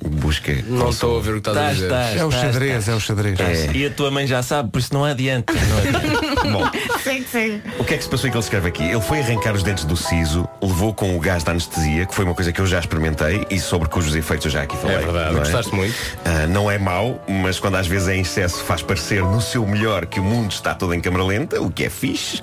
Speaker 13: busca.
Speaker 5: Não estou a ouvir o que estás a
Speaker 11: Estás,
Speaker 5: dizer.
Speaker 11: estás, É o estás, xadrez, estás. é o
Speaker 1: xadrez.
Speaker 11: E a tua mãe já sabe, por isso não adianta. Não adianta.
Speaker 13: Bom.
Speaker 15: Sim, sim.
Speaker 13: O que é que se passou e que ele escreve aqui? Ele foi arrancar os dentes do siso, levou com o gás da anestesia, que foi uma coisa que eu já experimentei e sobre cujos efeitos eu já aqui falei.
Speaker 5: É verdade,
Speaker 13: não
Speaker 5: gostaste muito.
Speaker 13: Ah, não é mau, mas quando às vezes é em excesso faz parecer no seu melhor que o mundo está todo em câmara lenta, o que é fixe,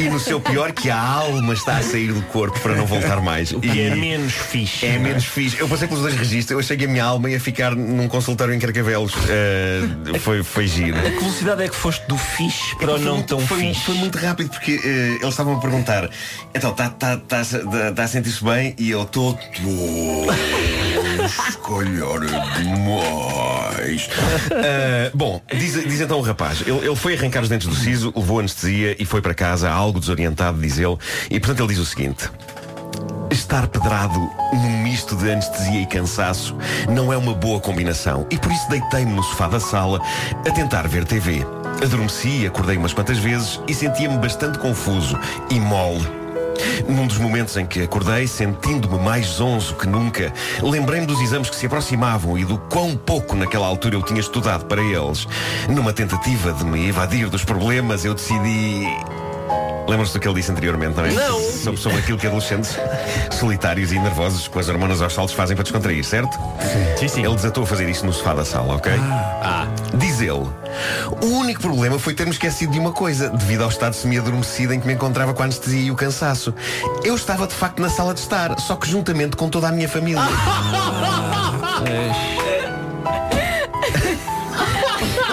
Speaker 13: e no seu pior que a alma está a sair do corpo para não voltar mais.
Speaker 11: O que é
Speaker 13: E-
Speaker 11: menos fixe.
Speaker 13: é
Speaker 11: não
Speaker 13: menos fixe. Eu passei pelos dois registros, eu achei que a minha alma ia ficar num consultório em Carcavelos. Ah, foi, foi giro.
Speaker 11: A que velocidade é que foste do fixe para o
Speaker 13: Foi
Speaker 11: não
Speaker 13: muito-
Speaker 11: tão
Speaker 13: foi,
Speaker 11: fixe?
Speaker 13: Foi muito rápido porque eh, eles estavam a perguntar Então, está tá, tá, tá- tá a sentir-se bem? E eu estou (laughs) escolher demais (laughs) Ah, Bom, diz, diz então o rapaz ele, ele foi arrancar os dentes do siso, levou anestesia E foi para casa, algo desorientado, diz ele E portanto ele diz o seguinte Estar pedrado num misto de anestesia e cansaço não é uma boa combinação e por isso deitei-me no sofá da sala a tentar ver TV. Adormeci, acordei umas quantas vezes e sentia-me bastante confuso e mole. Num dos momentos em que acordei, sentindo-me mais zonzo que nunca, lembrei-me dos exames que se aproximavam e do quão pouco naquela altura eu tinha estudado para eles. Numa tentativa de me evadir dos problemas, eu decidi Lembram-se do que ele disse anteriormente, não é?
Speaker 11: Não.
Speaker 13: Sobre, sobre aquilo que adolescentes solitários e nervosos com as hormonas aos saltos fazem para descontrair, certo? Sim. sim, Ele desatou a fazer isso no sofá da sala, ok? Ah. Diz ele, o único problema foi ter-me esquecido de uma coisa, devido ao estado semi-adormecido em que me encontrava com a anestesia e o cansaço. Eu estava, de facto, na sala de estar, só que juntamente com toda a minha família.
Speaker 11: (laughs)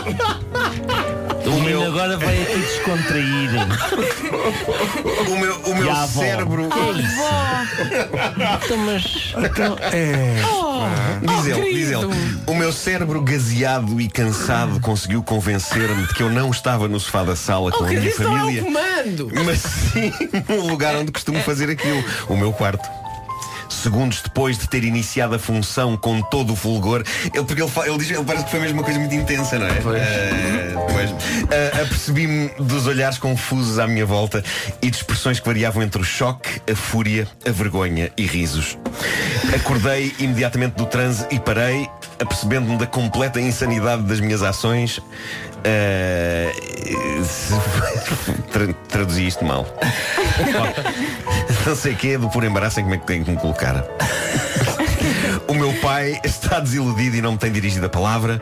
Speaker 11: O meu agora vai aqui descontrair.
Speaker 13: o meu, o
Speaker 11: E
Speaker 13: meu
Speaker 11: a avó?
Speaker 13: cérebro.
Speaker 11: É isso. Então, mas. Então,
Speaker 13: É. diz ele, diz
Speaker 11: querido.
Speaker 13: ele, o meu cérebro gaseado e cansado conseguiu convencer-me de que eu não estava no sofá da sala
Speaker 2: Oh,
Speaker 13: com a minha
Speaker 2: é
Speaker 13: família,
Speaker 5: comando.
Speaker 13: mas sim (laughs) no lugar onde costumo fazer aquilo, o meu quarto. Segundos depois de ter iniciado a função com todo o fulgor, ele, porque ele, fa- ele diz, ele parece que foi mesmo uma coisa muito intensa, não é? Eh, pois. Ah, Apercebi-me dos olhares confusos à minha volta e de expressões que variavam entre o choque, a fúria, a vergonha e risos. Acordei imediatamente do transe e parei, apercebendo-me da completa insanidade das minhas ações. Ah, se- (laughs) tra- traduzi isto mal. Não sei o quê, do por embaraço em como é que tenho que me colocar. O meu pai está desiludido e não me tem dirigido a palavra.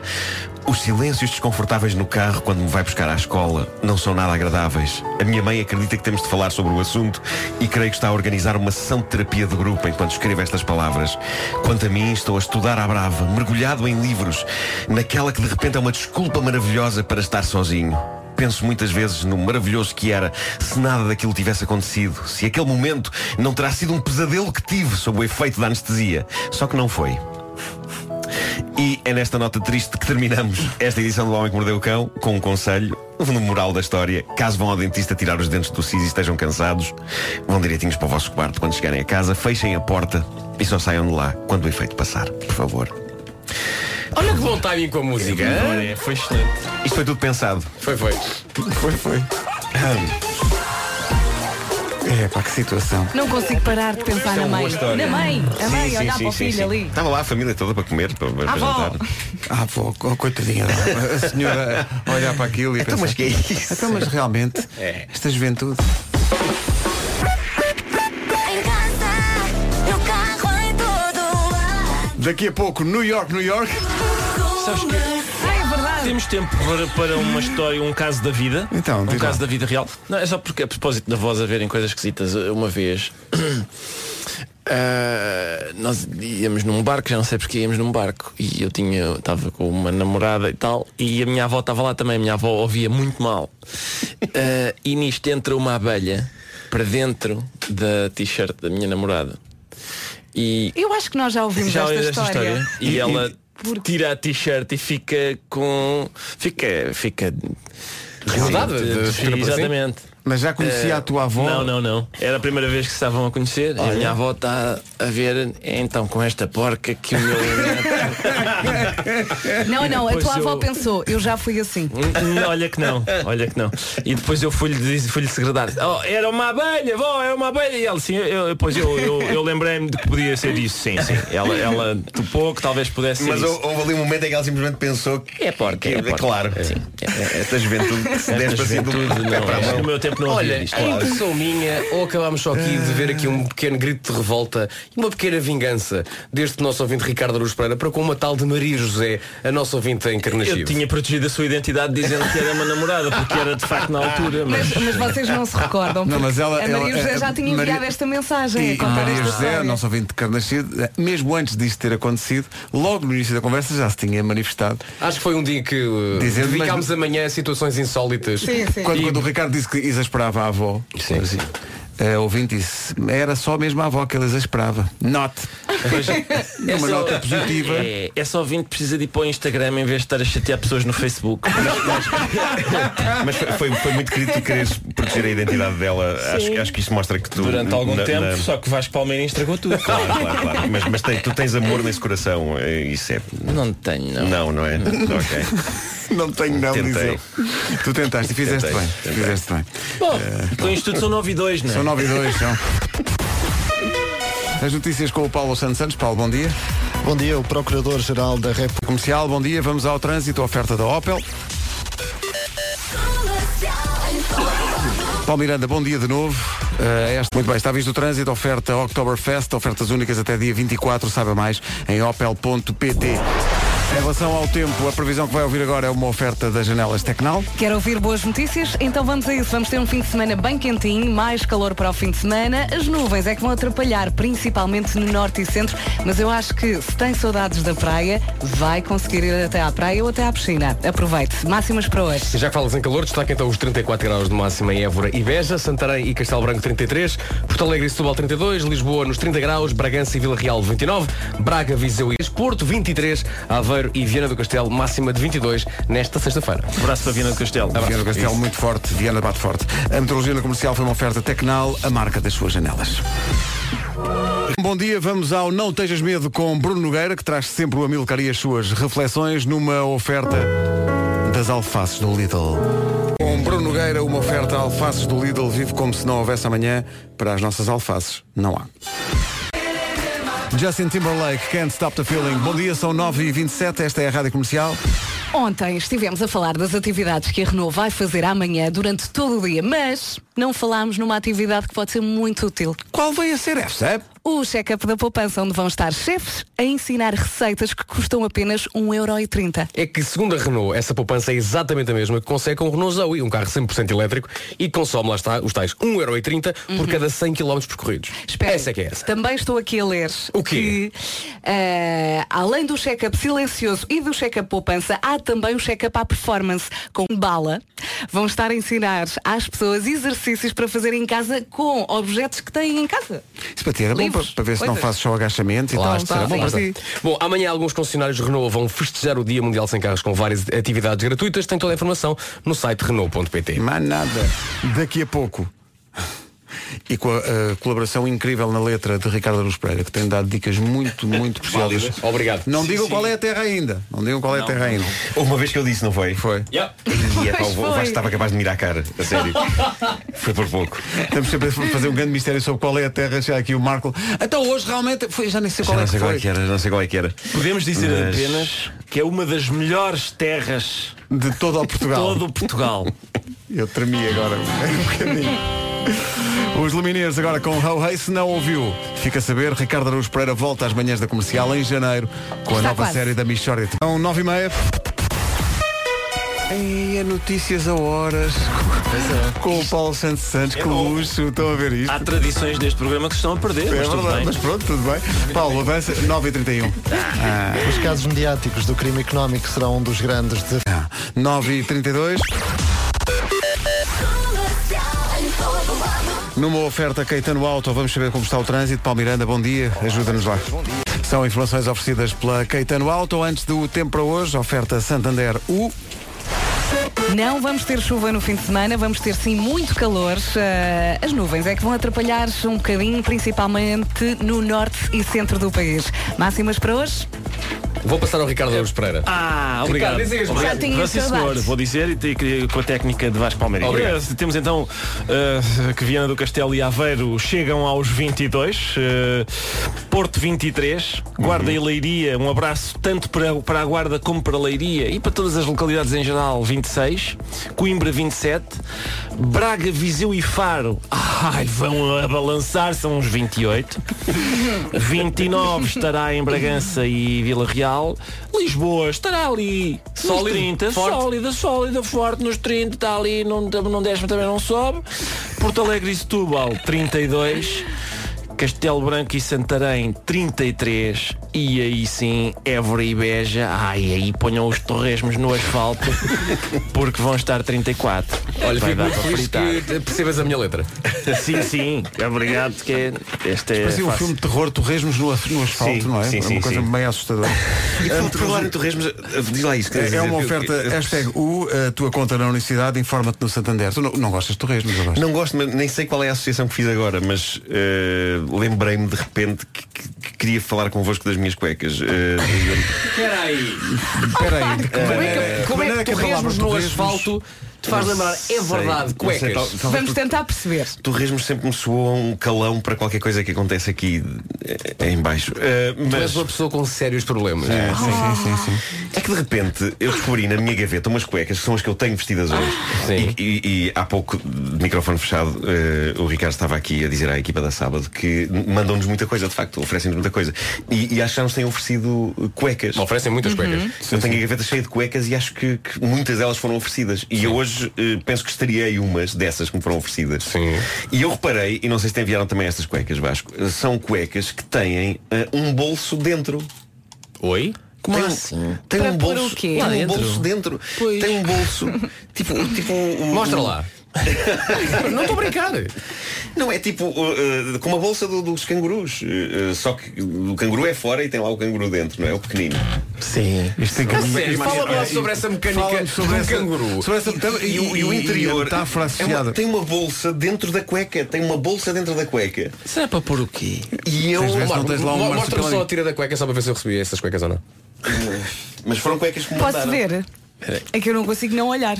Speaker 13: Os silêncios desconfortáveis no carro quando me vai buscar à escola não são nada agradáveis. A minha mãe acredita que temos de falar sobre o assunto e creio que está a organizar uma sessão de terapia de grupo enquanto escrevo estas palavras. Quanto a mim, estou a estudar à brava, mergulhado em livros, naquela que de repente é uma desculpa maravilhosa para estar sozinho. Penso muitas vezes no maravilhoso que era se nada daquilo tivesse acontecido, se aquele momento não terá sido um pesadelo que tive sob o efeito da anestesia. Só que não foi. E é nesta nota triste que terminamos esta edição do Homem que Mordeu o Cão com um conselho, no moral da história. Caso vão ao dentista tirar os dentes do siso e estejam cansados, vão direitinhos para o vosso quarto quando chegarem a casa, fechem a porta e só saiam de lá quando o efeito passar, por favor.
Speaker 5: Olha que bom timing com a música.
Speaker 1: É,
Speaker 13: Olha,
Speaker 5: hein?
Speaker 11: foi excelente.
Speaker 13: Isto foi tudo pensado. (laughs)
Speaker 5: Foi, foi.
Speaker 1: Foi, foi. É, pá, que situação.
Speaker 2: Não consigo parar de pensar
Speaker 13: Isto é
Speaker 2: na
Speaker 13: uma
Speaker 2: mãe.
Speaker 13: boa história.
Speaker 2: Na mãe, a mãe,
Speaker 13: Sim, sim,
Speaker 2: olhar
Speaker 13: sim,
Speaker 2: para o
Speaker 13: sim,
Speaker 2: filho
Speaker 13: sim.
Speaker 2: ali.
Speaker 13: Estava lá a família toda para comer, para, para
Speaker 2: Avó.
Speaker 13: jantar.
Speaker 1: Ah, pô, co- coitadinha. da- A senhora a olhar para aquilo e
Speaker 13: Então,
Speaker 1: pensar,
Speaker 13: mas que é isso? É.
Speaker 1: Então, mas realmente, esta juventude.
Speaker 4: No carro em todo
Speaker 1: Daqui a pouco, New York, New York.
Speaker 11: Sabes que-
Speaker 2: Ah, é
Speaker 11: Temos tempo para, para uma história, um caso da vida.
Speaker 1: Então,
Speaker 11: um
Speaker 1: diz
Speaker 11: caso
Speaker 1: lá.
Speaker 11: da vida real. Não, é só porque a propósito da voz a verem coisas esquisitas uma vez. (clears throat) ah, nós íamos num barco, já não sei porque íamos num barco E eu tinha, estava com uma namorada e tal E a minha avó estava lá também, a minha avó ouvia muito mal Ah, E nisto entra uma abelha Para dentro da t-shirt da minha namorada E
Speaker 2: Eu acho que nós já ouvimos
Speaker 11: já
Speaker 2: esta,
Speaker 11: ouvi esta
Speaker 2: história.
Speaker 11: história. E, ela
Speaker 13: (laughs)
Speaker 2: Porque-
Speaker 11: tira a t-shirt e fica com. Fica. Fica.
Speaker 5: Realidade,
Speaker 11: Sim,
Speaker 5: de-
Speaker 11: de-
Speaker 5: de-
Speaker 11: sim,
Speaker 5: de-
Speaker 11: exatamente.
Speaker 1: Mas já conhecia
Speaker 11: Eh,
Speaker 1: a tua avó?
Speaker 11: Não, não, não. Era a primeira vez que se estavam a conhecer.
Speaker 1: Olha.
Speaker 11: E a minha avó está a ver, então, com esta porca que o meu.
Speaker 2: Não,
Speaker 11: E
Speaker 2: não, a
Speaker 11: depois
Speaker 2: tua avó
Speaker 11: eu-
Speaker 2: pensou, eu já fui assim.
Speaker 11: Hum, (laughs) Olha que não, olha que não. E depois eu fui-lhe diz- fui-lhe segredar. "Oh, era uma abelha, vó, era uma abelha. E ela, sim, eu, eu, pois eu, eu, eu lembrei-me de que podia ser isso, sim, sim. Ela, ela topou que talvez pudesse ser
Speaker 13: Mas
Speaker 11: isso.
Speaker 13: hou- houve ali um momento em que ela simplesmente pensou que
Speaker 11: é porca.
Speaker 13: é Claro. Esta juventude que se
Speaker 11: Esta
Speaker 13: desce para cima assim do
Speaker 11: juventude,
Speaker 13: pé
Speaker 11: não,
Speaker 13: para a
Speaker 11: é.
Speaker 13: mão.
Speaker 11: No meu tempo não
Speaker 5: Olha,
Speaker 11: havia isto,
Speaker 5: a
Speaker 11: claro.
Speaker 5: impressão minha, ou acabámos só aqui de ver aqui um pequeno grito de revolta e uma pequena vingança deste nosso ouvinte Ricardo Aruz Pereira para com uma tal de Maria José, a nossa ouvinte em Carnagivo.
Speaker 11: Eu tinha protegido a sua identidade dizendo que era uma namorada, porque era de facto na altura. Mas,
Speaker 2: Mas, mas vocês não se
Speaker 11: é.
Speaker 2: recordam.
Speaker 1: Não, mas ela-
Speaker 2: a Maria
Speaker 1: ela-
Speaker 2: José
Speaker 1: eh,
Speaker 2: já tinha enviado
Speaker 1: Maria-
Speaker 2: esta mensagem. a
Speaker 1: E
Speaker 2: contar
Speaker 1: Maria
Speaker 2: esta
Speaker 1: José,
Speaker 2: história.
Speaker 1: nosso ouvinte de Carnascido, mesmo antes disto ter acontecido, logo no início da conversa já se tinha manifestado.
Speaker 5: Acho que foi um dia que uh,
Speaker 1: Dizendo, mas-
Speaker 5: dedicámos amanhã a situações insólitas.
Speaker 1: Quando,
Speaker 5: E-
Speaker 1: quando o Ricardo disse que exasperava a avó, assim,
Speaker 5: sim, sim.
Speaker 1: A ouvinte disse, era só mesmo a avó que ele exasperava. Note.
Speaker 11: É
Speaker 1: Uma
Speaker 11: só-
Speaker 1: nota positiva.
Speaker 11: É, é só ouvinte precisa de ir para o Instagram em vez de estar a chatear pessoas no Facebook. Mas- mas-
Speaker 13: Mas foi- foi, foi muito crítico quereres proteger a identidade dela. Acho, acho que isso mostra que tu.
Speaker 11: Durante algum
Speaker 13: na-
Speaker 11: tempo,
Speaker 13: na-
Speaker 11: só que Vasco Palmeirinho estragou tudo.
Speaker 13: Claro, claro, claro. Mas, mas tem- tu tens amor nesse coração. é, Isso é.
Speaker 11: Não tenho, não.
Speaker 13: Não, não é? Ok.
Speaker 1: Não tenho não,
Speaker 13: Tentei.
Speaker 1: diz ele. Tu tentaste e fizeste
Speaker 13: Tentei,
Speaker 1: bem. Fizeste bem.
Speaker 11: Bom, com Então isto tudo são 9 e 2, não é?
Speaker 1: São 9 e 2, são. As notícias com o Paulo Santos Santos. Paulo, bom dia.
Speaker 6: Bom dia, o Procurador-Geral da República
Speaker 1: Comercial, bom dia. Vamos ao trânsito, oferta da Opel. Paulo Miranda, bom dia de novo. Eh, este- Muito bem, está visto o trânsito, oferta Oktoberfest, ofertas únicas até dia 24, saiba mais em opel.pt. Em relação ao tempo, a previsão que vai ouvir agora é uma oferta das janelas Tecnal.
Speaker 2: Quer ouvir boas notícias? Então vamos a isso. Vamos ter um fim de semana bem quentinho, mais calor para o fim de semana. As nuvens é que vão atrapalhar, principalmente no norte e centro, mas eu acho que se tem saudades da praia, vai conseguir ir até à praia ou até à piscina. Aproveite. Máximas para hoje.
Speaker 5: Já que falas em calor, destaca então os 34 graus de máxima em Évora e Beja, Santarém e Castelo Branco 33, Porto Alegre e Setúbal 32, Lisboa nos 30 graus, Bragança e Vila Real 29, Braga, Viseu e Porto 23, Aveiro e Viana do Castelo máxima de 22 nesta sexta-feira.
Speaker 11: Abraço para Viana do Castelo.
Speaker 1: Viana do Castelo muito forte, Viana bate forte. A meteorologia na comercial foi uma oferta Tecnal, a marca das suas janelas. Bom dia, vamos ao Não Tejas Medo com Bruno Nogueira, que traz sempre o Amilcar e as suas reflexões numa oferta das alfaces do Lidl. Com Bruno Nogueira, uma oferta a alfaces do Lidl, vive como se não houvesse amanhã, para as nossas alfaces não há. Justin Timberlake, Can't Stop the Feeling. Bom dia, são 9h27, esta é a Rádio Comercial.
Speaker 2: Ontem estivemos a falar das atividades que a Renault vai fazer amanhã durante todo o dia, mas não falámos numa atividade que pode ser muito útil.
Speaker 1: Qual vai a ser essa?
Speaker 2: O check-up da poupança, onde vão estar chefes a ensinar receitas que custam apenas 1,30€.
Speaker 5: É que, segundo a Renault, essa poupança é exatamente a mesma que consegue com o Renault Zoe, um carro 100% elétrico, e consome, lá está, os tais 1,30€
Speaker 1: Uhum.
Speaker 5: por cada 100 km percorridos. Essa é que é essa.
Speaker 2: Também estou aqui a ler
Speaker 5: O quê?
Speaker 2: que, eh, além do check-up silencioso e do check-up poupança, há também o check-up à performance com bala. Vão estar a ensinar às pessoas exercícios para fazer em casa com objetos que têm em casa.
Speaker 1: Isso para ti era bom para,
Speaker 2: Livros,
Speaker 1: para ver se não
Speaker 2: coisas.
Speaker 1: fazes só agachamento e
Speaker 5: é. Lá
Speaker 1: tal.
Speaker 5: está,
Speaker 1: Isso era bom
Speaker 5: lá
Speaker 1: para
Speaker 5: está.
Speaker 1: ti.
Speaker 5: Bom, amanhã alguns concessionários Renault vão festejar o Dia Mundial Sem Carros com várias atividades gratuitas. Tem toda a informação no site renault.pt.
Speaker 1: Mais nada. Daqui a pouco. E com a, a colaboração incrível na letra de Ricardo Aruz Pereira, que tem dado dicas muito, muito preciosas.
Speaker 5: Válidas. Obrigado.
Speaker 1: Não
Speaker 5: Sim,
Speaker 1: digam
Speaker 5: sim.
Speaker 1: qual é a terra ainda. Não digam qual é a terra ainda.
Speaker 13: Houve uma vez que eu disse, não foi?
Speaker 1: Foi.
Speaker 5: Yeah.
Speaker 13: E, epá,
Speaker 1: Pois
Speaker 13: o o Vasco
Speaker 1: foi.
Speaker 13: estava capaz de mirar a cara, a sério. Foi por pouco.
Speaker 1: Estamos sempre a fazer um grande mistério sobre qual é a terra. Já aqui o Marco. Então hoje realmente. Foi, já nem sei
Speaker 13: Já
Speaker 1: qual é
Speaker 13: não
Speaker 1: que
Speaker 13: sei
Speaker 1: foi.
Speaker 13: qual é que era, não sei qual é que era.
Speaker 11: Podemos dizer
Speaker 13: Mas-
Speaker 11: apenas que é uma das melhores terras
Speaker 1: de todo o Portugal.
Speaker 11: todo
Speaker 13: (laughs)
Speaker 11: o Portugal.
Speaker 1: Eu tremi agora um bocadinho. Os Lumineers agora com Ho Hey, se não ouviu, fica a saber, Ricardo Araújo Pereira volta às manhãs da comercial em janeiro com a
Speaker 2: Está
Speaker 1: nova
Speaker 2: quase.
Speaker 1: série da Michórdia. São nove e meia. E a é notícias a horas com o Paulo Santos Santos, que luxo, estão a ver isto.
Speaker 11: Há tradições deste programa que se estão a perder,
Speaker 1: É
Speaker 11: mas tudo
Speaker 1: verdade,
Speaker 11: bem.
Speaker 1: mas pronto, tudo bem. Paulo, avança 9h31.
Speaker 6: Os casos mediáticos do crime económico serão um dos grandes desafios.
Speaker 1: 9h32. Numa oferta Caetano Auto, vamos saber como está o trânsito. Paulo Miranda, bom dia, ajuda-nos lá. São informações oferecidas pela Caetano Auto. Antes do tempo para hoje, oferta Santander U.
Speaker 2: Não vamos ter chuva no fim de semana, vamos ter sim muito calor. Eh, as nuvens é que vão atrapalhar um bocadinho, principalmente no norte e centro do país. Máximas para hoje?
Speaker 5: Vou passar ao Ricardo Alves Pereira.
Speaker 11: Ah,
Speaker 5: Ricardo,
Speaker 11: obrigado.
Speaker 5: dizem as
Speaker 11: Obrigado.
Speaker 2: Já tinha
Speaker 11: Vou, sim,
Speaker 2: saudades.
Speaker 11: senhor, vou dizer e te- que- com a técnica de Vasco Palmeiras.
Speaker 5: Obrigado.
Speaker 11: Eh, Temos então eh, que Viana do Castelo e Aveiro chegam aos 22, eh, Porto 23, Guarda e Leiria, um abraço tanto para, para a Guarda como para a Leiria e para todas as localidades em geral, 26, Coimbra 27, Braga, Viseu e Faro, ai, vão a balançar, são uns 28. 29 estará em Bragança e Vila Real. Lisboa estará ali. Sólida,
Speaker 5: Sólida,
Speaker 11: 30,
Speaker 5: forte.
Speaker 11: sólida, sólida, forte. Nos 30 está ali, não, não desce, também não sobe. Porto Alegre e Setúbal, 32. Castelo Branco e Santarém, 33. E aí sim, Évora e Beja. Ai, aí ponham os torresmos no asfalto, porque vão estar 34.
Speaker 5: Olha,
Speaker 11: Vai
Speaker 5: fico
Speaker 11: dar
Speaker 5: muito
Speaker 11: para
Speaker 5: feliz
Speaker 11: fritar.
Speaker 5: que percebas a minha letra.
Speaker 11: Sim, sim. Obrigado, que este é
Speaker 5: assim,
Speaker 1: Parecia um
Speaker 11: fácil.
Speaker 1: filme de terror, torresmos no, af- no asfalto,
Speaker 11: Sim,
Speaker 1: não é?
Speaker 11: sim,
Speaker 1: é
Speaker 11: sim,
Speaker 1: uma coisa
Speaker 11: sim.
Speaker 1: meio assustadora.
Speaker 13: E por- por falar em torresmos, eh, diz lá isso.
Speaker 1: É, é uma oferta, hashtag U, a tua conta na Universidade, informa-te no Santander. Tu não, não gostas de torresmos, eu gosto.
Speaker 13: Não gosto, mas nem sei qual é a associação que fiz agora, mas eh, lembrei-me de repente que, que- que queria falar convosco das minhas cuecas. Eh,
Speaker 5: Peraí.
Speaker 1: Peraí.
Speaker 5: Como é
Speaker 13: Eh,
Speaker 5: que, como é que,
Speaker 13: maneira que a palavra
Speaker 5: torresmos no
Speaker 13: torresmos-
Speaker 5: asfalto te faz
Speaker 13: Não
Speaker 5: lembrar?
Speaker 13: sei,
Speaker 5: é verdade,
Speaker 13: não sei, tal-
Speaker 5: cuecas.
Speaker 13: talvez
Speaker 2: vamos
Speaker 13: porque
Speaker 2: tentar perceber.
Speaker 13: Torresmos sempre me soou um calão para qualquer coisa que acontece aqui eh, em baixo. Eh,
Speaker 5: Tu
Speaker 13: mas...
Speaker 5: és uma pessoa com sérios problemas.
Speaker 13: É, sim, sim, sim, sim. É que de repente eu descobri na minha gaveta umas cuecas que são as que eu tenho vestidas hoje. E, e- e há pouco, de microfone fechado, eh, o Ricardo estava aqui a dizer à equipa da sábado que mandam-nos muita coisa, de facto, oferecem-nos muita coisa. E, e acho que já nos têm oferecido cuecas.
Speaker 5: Oferecem muitas cuecas. Uhum.
Speaker 13: Eu tenho a gaveta cheia de cuecas e acho que, que muitas delas foram oferecidas. E eu hoje eh, penso que estariei umas dessas que me foram oferecidas. E eu reparei, e não sei se te enviaram também estas cuecas, Vasco, eh, são cuecas que têm eh, um bolso dentro.
Speaker 5: Oi?
Speaker 13: Como
Speaker 5: Tem-
Speaker 13: assim? Tem
Speaker 5: Para
Speaker 13: um
Speaker 5: pôr
Speaker 13: bolso,
Speaker 5: o quê?
Speaker 13: tem
Speaker 5: Lá
Speaker 13: um
Speaker 5: dentro?
Speaker 13: bolso dentro. Tem
Speaker 5: (laughs)
Speaker 13: um bolso. tipo, tipo
Speaker 11: É.
Speaker 13: um, um-
Speaker 5: Mostra lá. Não estou a brincar.
Speaker 13: Não, é tipo uh, uh, como a bolsa do- dos cangurus. Uh, uh, só que o canguru é fora e tem lá o canguru dentro, não é? O pequenino.
Speaker 11: Sim.
Speaker 1: Isto tem
Speaker 5: A sério, fala-me lá sobre essa mecânica
Speaker 1: sobre
Speaker 5: do
Speaker 1: essa-
Speaker 5: canguru.
Speaker 1: sobre essa- e- e- e-
Speaker 13: está
Speaker 1: a frase associada.
Speaker 13: é tem uma bolsa dentro da cueca. Tem uma bolsa dentro da cueca.
Speaker 11: Será para pôr o quê?
Speaker 13: E eu.
Speaker 5: Mo-
Speaker 13: Marco,
Speaker 11: um
Speaker 1: um
Speaker 5: mo- Mostra-me
Speaker 13: mostra-me
Speaker 5: só a tira da cueca só para ver se eu recebi essas cuecas ou não.
Speaker 13: Mas foram cuecas que
Speaker 2: Posso ver? É que eu não consigo não olhar.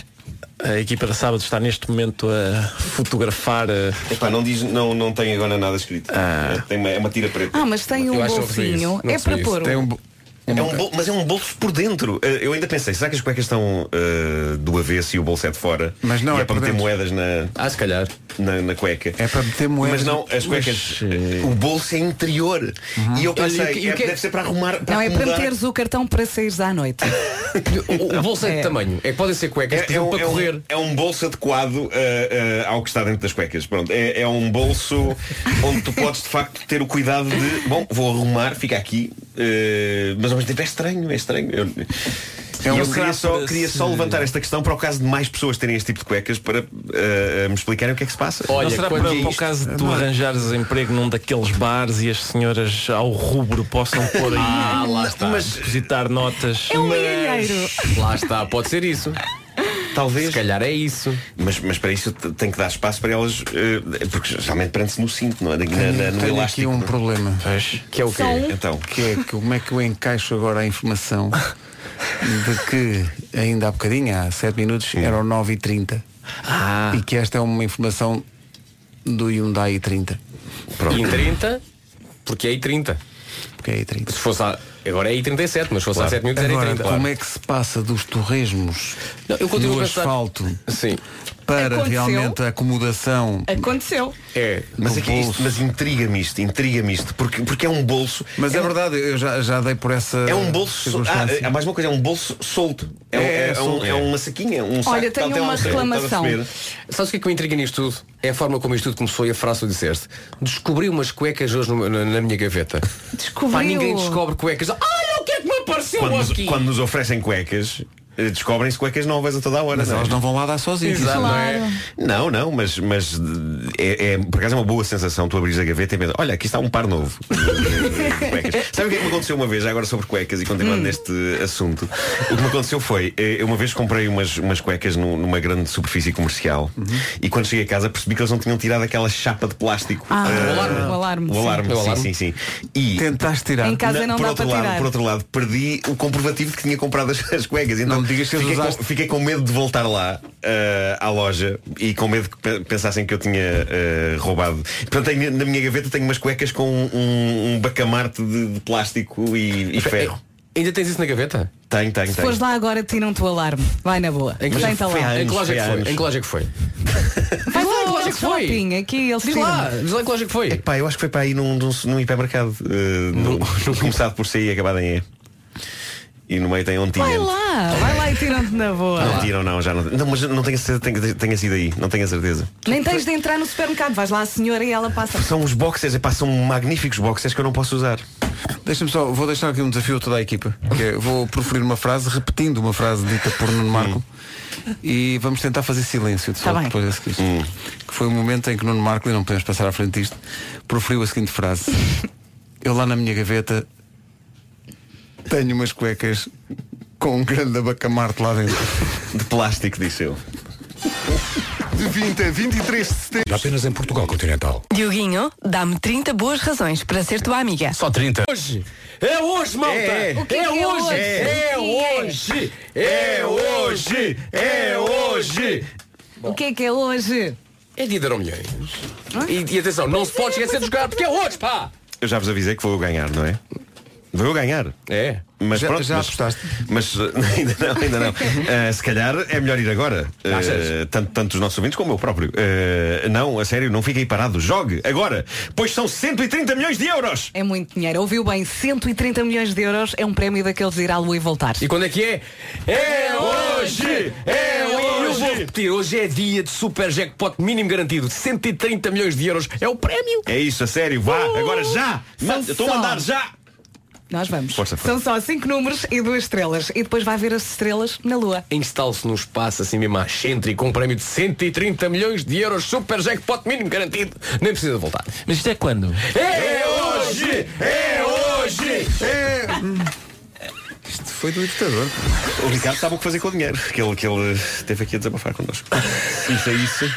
Speaker 11: A equipa da sábado está neste momento a fotografar.
Speaker 13: Epá, não, diz, não, não tem agora nada escrito.
Speaker 1: Ah.
Speaker 13: Tem uma, é uma tira preta.
Speaker 2: Ah, mas tem um bolsinho. É para pôr. um-
Speaker 13: É um bol- mas é um bolso por dentro. Eh, Eu ainda pensei, será que as cuecas estão eh, do avesso e o bolso é de fora?
Speaker 1: Mas não,
Speaker 13: E é,
Speaker 1: é
Speaker 13: para
Speaker 1: por
Speaker 13: meter
Speaker 1: dentro.
Speaker 13: moedas na.
Speaker 5: Ah, se
Speaker 11: (laughs)
Speaker 5: calhar.
Speaker 13: Na, na cueca.
Speaker 1: É para meter moedas.
Speaker 13: Mas não, as cuecas. eh, O bolso é interior.
Speaker 1: Uhum.
Speaker 13: E eu
Speaker 5: Olha,
Speaker 13: pensei,
Speaker 5: e o que- e o
Speaker 13: é-
Speaker 5: que-
Speaker 13: deve ser para arrumar.
Speaker 2: Não, é para
Speaker 13: acomodar.
Speaker 2: meteres o cartão para saíres à noite.
Speaker 5: O, o bolso é de
Speaker 2: É.
Speaker 5: tamanho. É que podem ser cuecas, por
Speaker 13: É, é
Speaker 5: exemplo,
Speaker 13: um,
Speaker 5: para
Speaker 13: é um-
Speaker 5: correr.
Speaker 13: é um bolso adequado eh, eh, ao que está dentro das cuecas. Pronto, é, é
Speaker 5: (laughs)
Speaker 13: um bolso onde tu podes de facto ter o cuidado de bom, vou arrumar, fica aqui, eh, mas ao mesmo tempo é estranho, é estranho. Eu,
Speaker 1: É um
Speaker 13: eu queria
Speaker 1: crapo
Speaker 13: só,
Speaker 1: para
Speaker 13: queria só
Speaker 1: se-
Speaker 13: levantar esta questão para o caso de mais pessoas terem este tipo de cuecas para eh, me explicarem o que é que se passa.
Speaker 11: Olha, será para, para o caso de tu arranjares emprego num daqueles bares e as senhoras ao rubro possam pôr aí
Speaker 5: (laughs) Ah, lá está.
Speaker 11: Mas depositar notas.
Speaker 2: É um milheiro.
Speaker 5: Lá está, pode ser isso.
Speaker 13: Talvez. Se
Speaker 5: calhar é isso.
Speaker 13: Mas, mas para isso t- tem que dar espaço para elas, eh, porque geralmente prende-se no cinto, não é? Na, na, na- no
Speaker 1: Tenho aqui
Speaker 13: elástico.
Speaker 1: um problema.
Speaker 5: Que é o
Speaker 1: quê?
Speaker 13: São. Então.
Speaker 1: Que é, que- como é que eu encaixo agora a informação de que ainda há bocadinho, há 7 minutos, eram 9h30. E que esta é uma informação do Hyundai 30.
Speaker 2: um
Speaker 5: E em 30, porque é aí 30.
Speaker 1: Porque é aí 30.
Speaker 5: Se fosse a- agora é aí 37, mas se fosse há 7 minutos era aí
Speaker 1: Agora,
Speaker 5: 30.
Speaker 1: como é que se passa dos torresmos
Speaker 5: Não, eu continuo
Speaker 1: no
Speaker 5: a pensar-
Speaker 1: asfalto
Speaker 5: Sim.
Speaker 1: para
Speaker 2: Aconteceu.
Speaker 1: realmente a acomodação
Speaker 2: Aconteceu.
Speaker 5: É,
Speaker 13: mas, é que isto- mas intriga-me isto, intriga-me isto, porque, porque é um bolso.
Speaker 1: Mas é, verdade, eu já, já dei por essa.
Speaker 13: É um bolso. sol- Ah,
Speaker 1: circunstância.
Speaker 13: é mais uma coisa, é um bolso solto. É, um-
Speaker 1: É,
Speaker 13: é,
Speaker 1: é
Speaker 13: um-
Speaker 1: solto,
Speaker 13: é
Speaker 1: é.
Speaker 13: uma saquinha, um saco.
Speaker 2: Olha, tenho
Speaker 13: tal, tem lá
Speaker 2: uma
Speaker 13: um saco,
Speaker 2: reclamação.
Speaker 13: estás a
Speaker 5: Sabes o que é que me intriga nisto tudo? É a forma como isto tudo começou e a frase que tu disseste. Descobri umas cuecas hoje no- na, na minha gaveta.
Speaker 2: Descobriu.
Speaker 5: Pá, ninguém descobre cuecas. Olha o que é que me apareceu
Speaker 13: perceber. Quando,
Speaker 5: aqui.
Speaker 13: quando nos oferecem cuecas, eh, descobrem-se cuecas novas a toda a hora. é?
Speaker 1: Mas elas não vão lá dar sozinhas.
Speaker 13: Exato, não é?
Speaker 1: Claro.
Speaker 13: Não, não, mas, mas é, é- por acaso é uma boa sensação tu abris a gaveta e pensas, olha, aqui está um par novo. (laughs) cuecas. Sabe o que é que me aconteceu uma vez, já agora sobre cuecas e
Speaker 2: Hum.
Speaker 13: continuando neste assunto? O que me aconteceu foi, eh, eu uma vez comprei umas, umas cuecas nu- numa grande superfície comercial
Speaker 2: Uhum.
Speaker 13: e quando cheguei a casa percebi que eles não tinham tirado aquela chapa de plástico.
Speaker 2: Ah,
Speaker 13: Eh,
Speaker 2: o alarme. O alarme,
Speaker 13: O
Speaker 2: sim.
Speaker 13: alarme,
Speaker 2: O
Speaker 13: sim,
Speaker 2: alarme.
Speaker 13: sim, sim. E
Speaker 1: Tentaste tirar.
Speaker 2: Em casa não
Speaker 13: por
Speaker 2: dá
Speaker 13: outro
Speaker 2: para
Speaker 13: lado,
Speaker 2: tirar.
Speaker 13: Por outro lado, perdi o comprovativo de que tinha comprado as, as cuecas. Então, fiquei, com, fiquei com medo de voltar lá eh, à loja e com medo que pe- pensassem que eu tinha eh, roubado. Portanto, tenho- na minha gaveta tenho umas cuecas com um, um bacamarte de, de plástico e, e ferro.
Speaker 5: É, Ainda tens isso na gaveta?
Speaker 13: Tenho, tenho,
Speaker 2: Se
Speaker 13: tenho.
Speaker 2: fores lá agora, tiram-te o alarme. Vai na boa.
Speaker 5: Em que,
Speaker 2: Tenta
Speaker 5: foi
Speaker 2: lá.
Speaker 5: em que loja
Speaker 13: foi
Speaker 5: é
Speaker 13: há
Speaker 5: que foi?
Speaker 13: anos.
Speaker 5: Em que loja é que foi?
Speaker 2: Vai lá, loja que foi. Shopping. Aqui eles
Speaker 5: Diz
Speaker 2: tiram.
Speaker 5: lá, diz lá em que loja é que foi.
Speaker 13: Epá, eu acho que foi para aí num, num, num hipermercado. eh, (laughs) num- começado por C e acabado em E. E no meio tem um onde
Speaker 2: Vai lá, vai lá e tiram-te na boa.
Speaker 13: Não tipo, tiram, não, já não. Não, mas não tenho a certeza, tenho, tenho sido aí, não tenho a certeza.
Speaker 2: Nem tens de entrar no supermercado. Vais lá à senhora e ela passa.
Speaker 13: São os boxers, epá, são magníficos boxers que eu não posso usar.
Speaker 1: Deixa-me só, vou deixar aqui um desafio a toda a equipa. Que é, vou proferir uma frase, repetindo uma frase dita por Nuno Marco. E vamos tentar fazer silêncio de
Speaker 2: Tá
Speaker 1: sol
Speaker 2: bem.
Speaker 1: depois a seguir. Que foi o momento em que Nuno Marco, e não podemos passar à frente disto, proferiu a seguinte frase. Eu lá na minha gaveta tenho umas cuecas com um grande abacamarte lá (laughs) dentro.
Speaker 13: De plástico, disse eu.
Speaker 14: De 20 a 23 de setembro.
Speaker 15: Apenas em Portugal Continental.
Speaker 16: Dioguinho, dá-me 30 boas razões para ser tua amiga.
Speaker 15: Só 30.
Speaker 5: Hoje! É hoje, malta!
Speaker 16: É. O que é que é hoje?
Speaker 5: É hoje! É hoje! É hoje!
Speaker 2: O que é que é hoje?
Speaker 5: É dia de Euromilhões. E, e atenção, não se pode esquecer de jogar, porque é hoje, pá!
Speaker 13: Eu já vos avisei que vou eu ganhar, não é? Vou eu ganhar.
Speaker 5: É.
Speaker 13: Mas
Speaker 5: Já-
Speaker 13: pronto,
Speaker 5: já
Speaker 13: mas,
Speaker 5: apostaste?
Speaker 13: Mas uh, (laughs) ainda não, ainda não.
Speaker 5: (laughs)
Speaker 13: Uh, se calhar é melhor ir agora. Uh,
Speaker 5: Achas?
Speaker 13: tanto, tanto os nossos ouvintes como eu próprio. Uh, não, a sério, não fique aí parado. Jogue agora, pois são 130 milhões de euros.
Speaker 2: É muito dinheiro. Ouviu bem, 130 milhões de euros é um prémio daqueles de ir à lua e voltar.
Speaker 5: E quando é que é? É hoje! É hoje! Eu vou repetir, hoje é dia de super jackpot mínimo garantido. 130 milhões de euros é o prémio!
Speaker 13: É isso, a sério, vá,
Speaker 5: Uh,
Speaker 13: agora já!
Speaker 2: São
Speaker 13: Manda- eu estou a
Speaker 2: só.
Speaker 13: mandar já!
Speaker 2: Nós vamos.
Speaker 5: Força,
Speaker 2: São só cinco números e duas estrelas. E depois vai ver as estrelas na lua.
Speaker 5: Instale-se num espaço assim mesmo à centro com um prémio de 130 milhões de euros, super jackpot mínimo garantido. Nem precisa voltar.
Speaker 15: Mas isto é quando?
Speaker 5: É hoje! É hoje!
Speaker 1: É... Isto foi do ditador.
Speaker 13: O Ricardo sabe o que fazer com o dinheiro, que ele, que ele teve aqui a desabafar connosco. Isso é isso.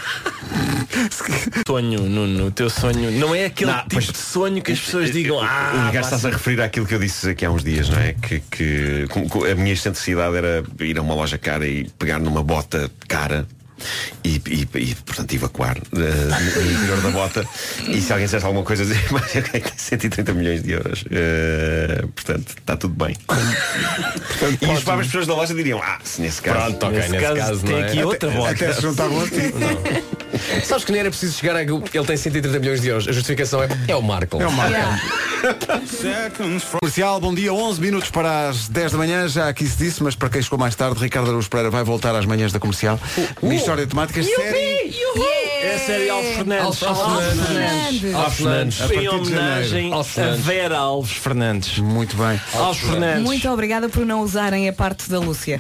Speaker 11: Sonho, Nuno, o teu sonho não é aquele
Speaker 13: Não,
Speaker 11: tipo
Speaker 13: pois-
Speaker 11: de sonho que as pessoas digam. Ah,
Speaker 13: o Ricardo
Speaker 11: pá,
Speaker 13: está-se a referir àquilo que eu disse aqui há uns dias, não é? Que, que com- com- a minha excentricidade era ir a uma loja cara e pegar numa bota cara. E, e- e, portanto evacuar eh, no no interior da bota e se alguém dissesse alguma coisa dizer, (laughs) mas eu ganhei 130 milhões de euros Eh, portanto está tudo bem e as próprias pessoas da loja diriam ah se nesse caso
Speaker 5: Pronto, ok, Nesse nesse caso caso, tem não é? aqui outra
Speaker 13: Até-
Speaker 5: bota.
Speaker 13: até se juntar bota.
Speaker 1: assim.
Speaker 5: Sabes que nem era preciso chegar a. Ele tem 130 milhões de euros. A justificação é. É o Marco.
Speaker 1: É o Marco. Comercial, bom dia, 11 minutos para as 10 da manhã, já aqui se disse, mas para quem chegou mais tarde, Ricardo Araújo Pereira vai voltar às manhãs da comercial. Uh, História de temáticas, série.
Speaker 11: É a série Alves Fernandes.
Speaker 1: Alves Fernandes.
Speaker 11: Alves Fernandes.
Speaker 1: A partir
Speaker 11: Em
Speaker 1: de
Speaker 11: homenagem
Speaker 1: janeiro. Alves
Speaker 11: a
Speaker 1: Fernandes.
Speaker 11: Vera Alves Fernandes.
Speaker 1: Muito bem.
Speaker 11: Alves Fernandes.
Speaker 2: Muito obrigada por não usarem a parte da Lúcia.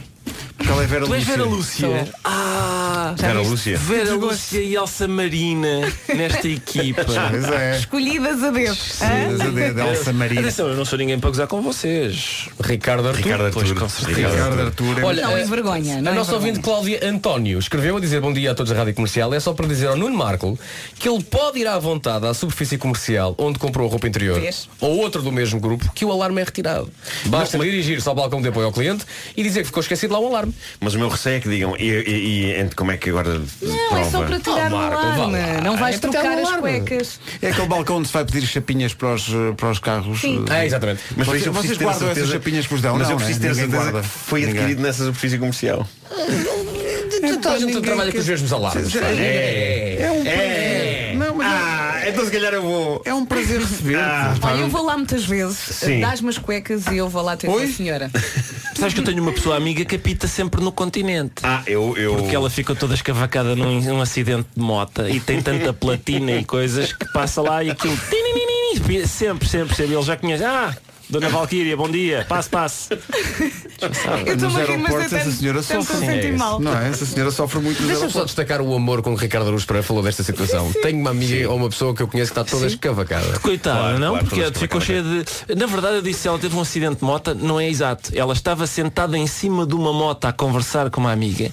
Speaker 1: Porque ela é Vera
Speaker 11: Tu és
Speaker 1: Lúcia.
Speaker 11: Vera Lúcia?
Speaker 2: Sou.
Speaker 11: Ah,
Speaker 1: Já Vera viste? Lúcia.
Speaker 11: Vera Lúcia e Elsa Marina
Speaker 5: (laughs)
Speaker 11: nesta equipa.
Speaker 1: Pois é.
Speaker 2: Escolhidas a dedo. hã?
Speaker 11: Atenção, eu não sou ninguém para gozar com vocês.
Speaker 5: Ricardo Artur.
Speaker 11: Ricardo
Speaker 5: Pois,
Speaker 11: Artur.
Speaker 5: com certeza.
Speaker 1: Artur.
Speaker 5: Olha,
Speaker 2: não
Speaker 5: eh,
Speaker 2: é vergonha. Não
Speaker 5: a
Speaker 2: é
Speaker 5: nossa
Speaker 2: vergonha.
Speaker 5: ouvinte Cláudia António escreveu a dizer bom dia a todos da Rádio Comercial. É só para dizer ao Nuno Marco que ele pode ir à vontade à superfície comercial onde comprou a roupa interior
Speaker 15: Vês?
Speaker 5: ou outro do mesmo grupo que o alarme é retirado. Basta dirigir-se ao balcão de apoio ao cliente e dizer que ficou esquecido lá o alarme.
Speaker 13: Mas o meu receio é que digam, e, e- e ent- como é que agora
Speaker 2: Não, é só para tirar o alarme. Não
Speaker 11: É
Speaker 2: vais
Speaker 11: um
Speaker 2: trocar as cuecas.
Speaker 1: É aquele balcão onde se vai pedir chapinhas para os, para os carros.
Speaker 2: Sim.
Speaker 11: Uhum.
Speaker 1: Eh,
Speaker 5: É, exatamente.
Speaker 1: Mas
Speaker 13: para
Speaker 1: vocês,
Speaker 13: isso eu preciso
Speaker 1: vocês
Speaker 13: ter a
Speaker 1: guardam
Speaker 13: certeza-
Speaker 1: essas chapinhas que vos dão,
Speaker 13: Mas
Speaker 1: não,
Speaker 13: eu preciso ter a
Speaker 1: né? Ninguém
Speaker 13: certeza
Speaker 1: guarda.
Speaker 13: que foi
Speaker 1: Ninguém.
Speaker 13: adquirido nessa superfície comercial.
Speaker 5: Então, a gente trabalha com os mesmos alarmes.
Speaker 13: É, é,
Speaker 5: É um
Speaker 13: é.
Speaker 1: Não, mas
Speaker 13: Ah, então se calhar eu vou. Ah,
Speaker 1: É um prazer receber.
Speaker 5: Ah.
Speaker 13: Tá.
Speaker 2: Olha, eu vou lá muitas vezes,
Speaker 11: Sim.
Speaker 2: dás-me as cuecas e eu vou lá ter com a senhora.
Speaker 11: Sabes que eu tenho uma pessoa amiga que apita sempre no continente.
Speaker 13: Ah, eu, eu...
Speaker 11: Porque ela ficou toda escavacada num, num acidente de mota e tem tanta platina e coisas que passa lá e aquilo. tininininini, Sempre, sempre, sempre. Ele já conhece. Ah, Dona Valquíria, bom dia. Passe, passe.
Speaker 1: Eu estou-me a rir, mas eu tanto- tanto me senti
Speaker 5: é isso.
Speaker 1: mal. Não é? Essa senhora sofre muito nos
Speaker 5: Deixa-me só
Speaker 1: aeroportos.
Speaker 5: destacar o amor com que Ricardo Aruz Pereira falou desta situação. Tenho uma amiga ou uma pessoa que eu conheço que está toda
Speaker 11: Sim.
Speaker 5: escavacada.
Speaker 11: Coitada,
Speaker 5: Claro,
Speaker 11: não?
Speaker 5: claro,
Speaker 11: porque
Speaker 5: todas
Speaker 11: ficou cheia de. Na verdade, eu disse ela teve um acidente de moto, não é exato. Ela estava sentada em cima de uma moto a conversar com uma amiga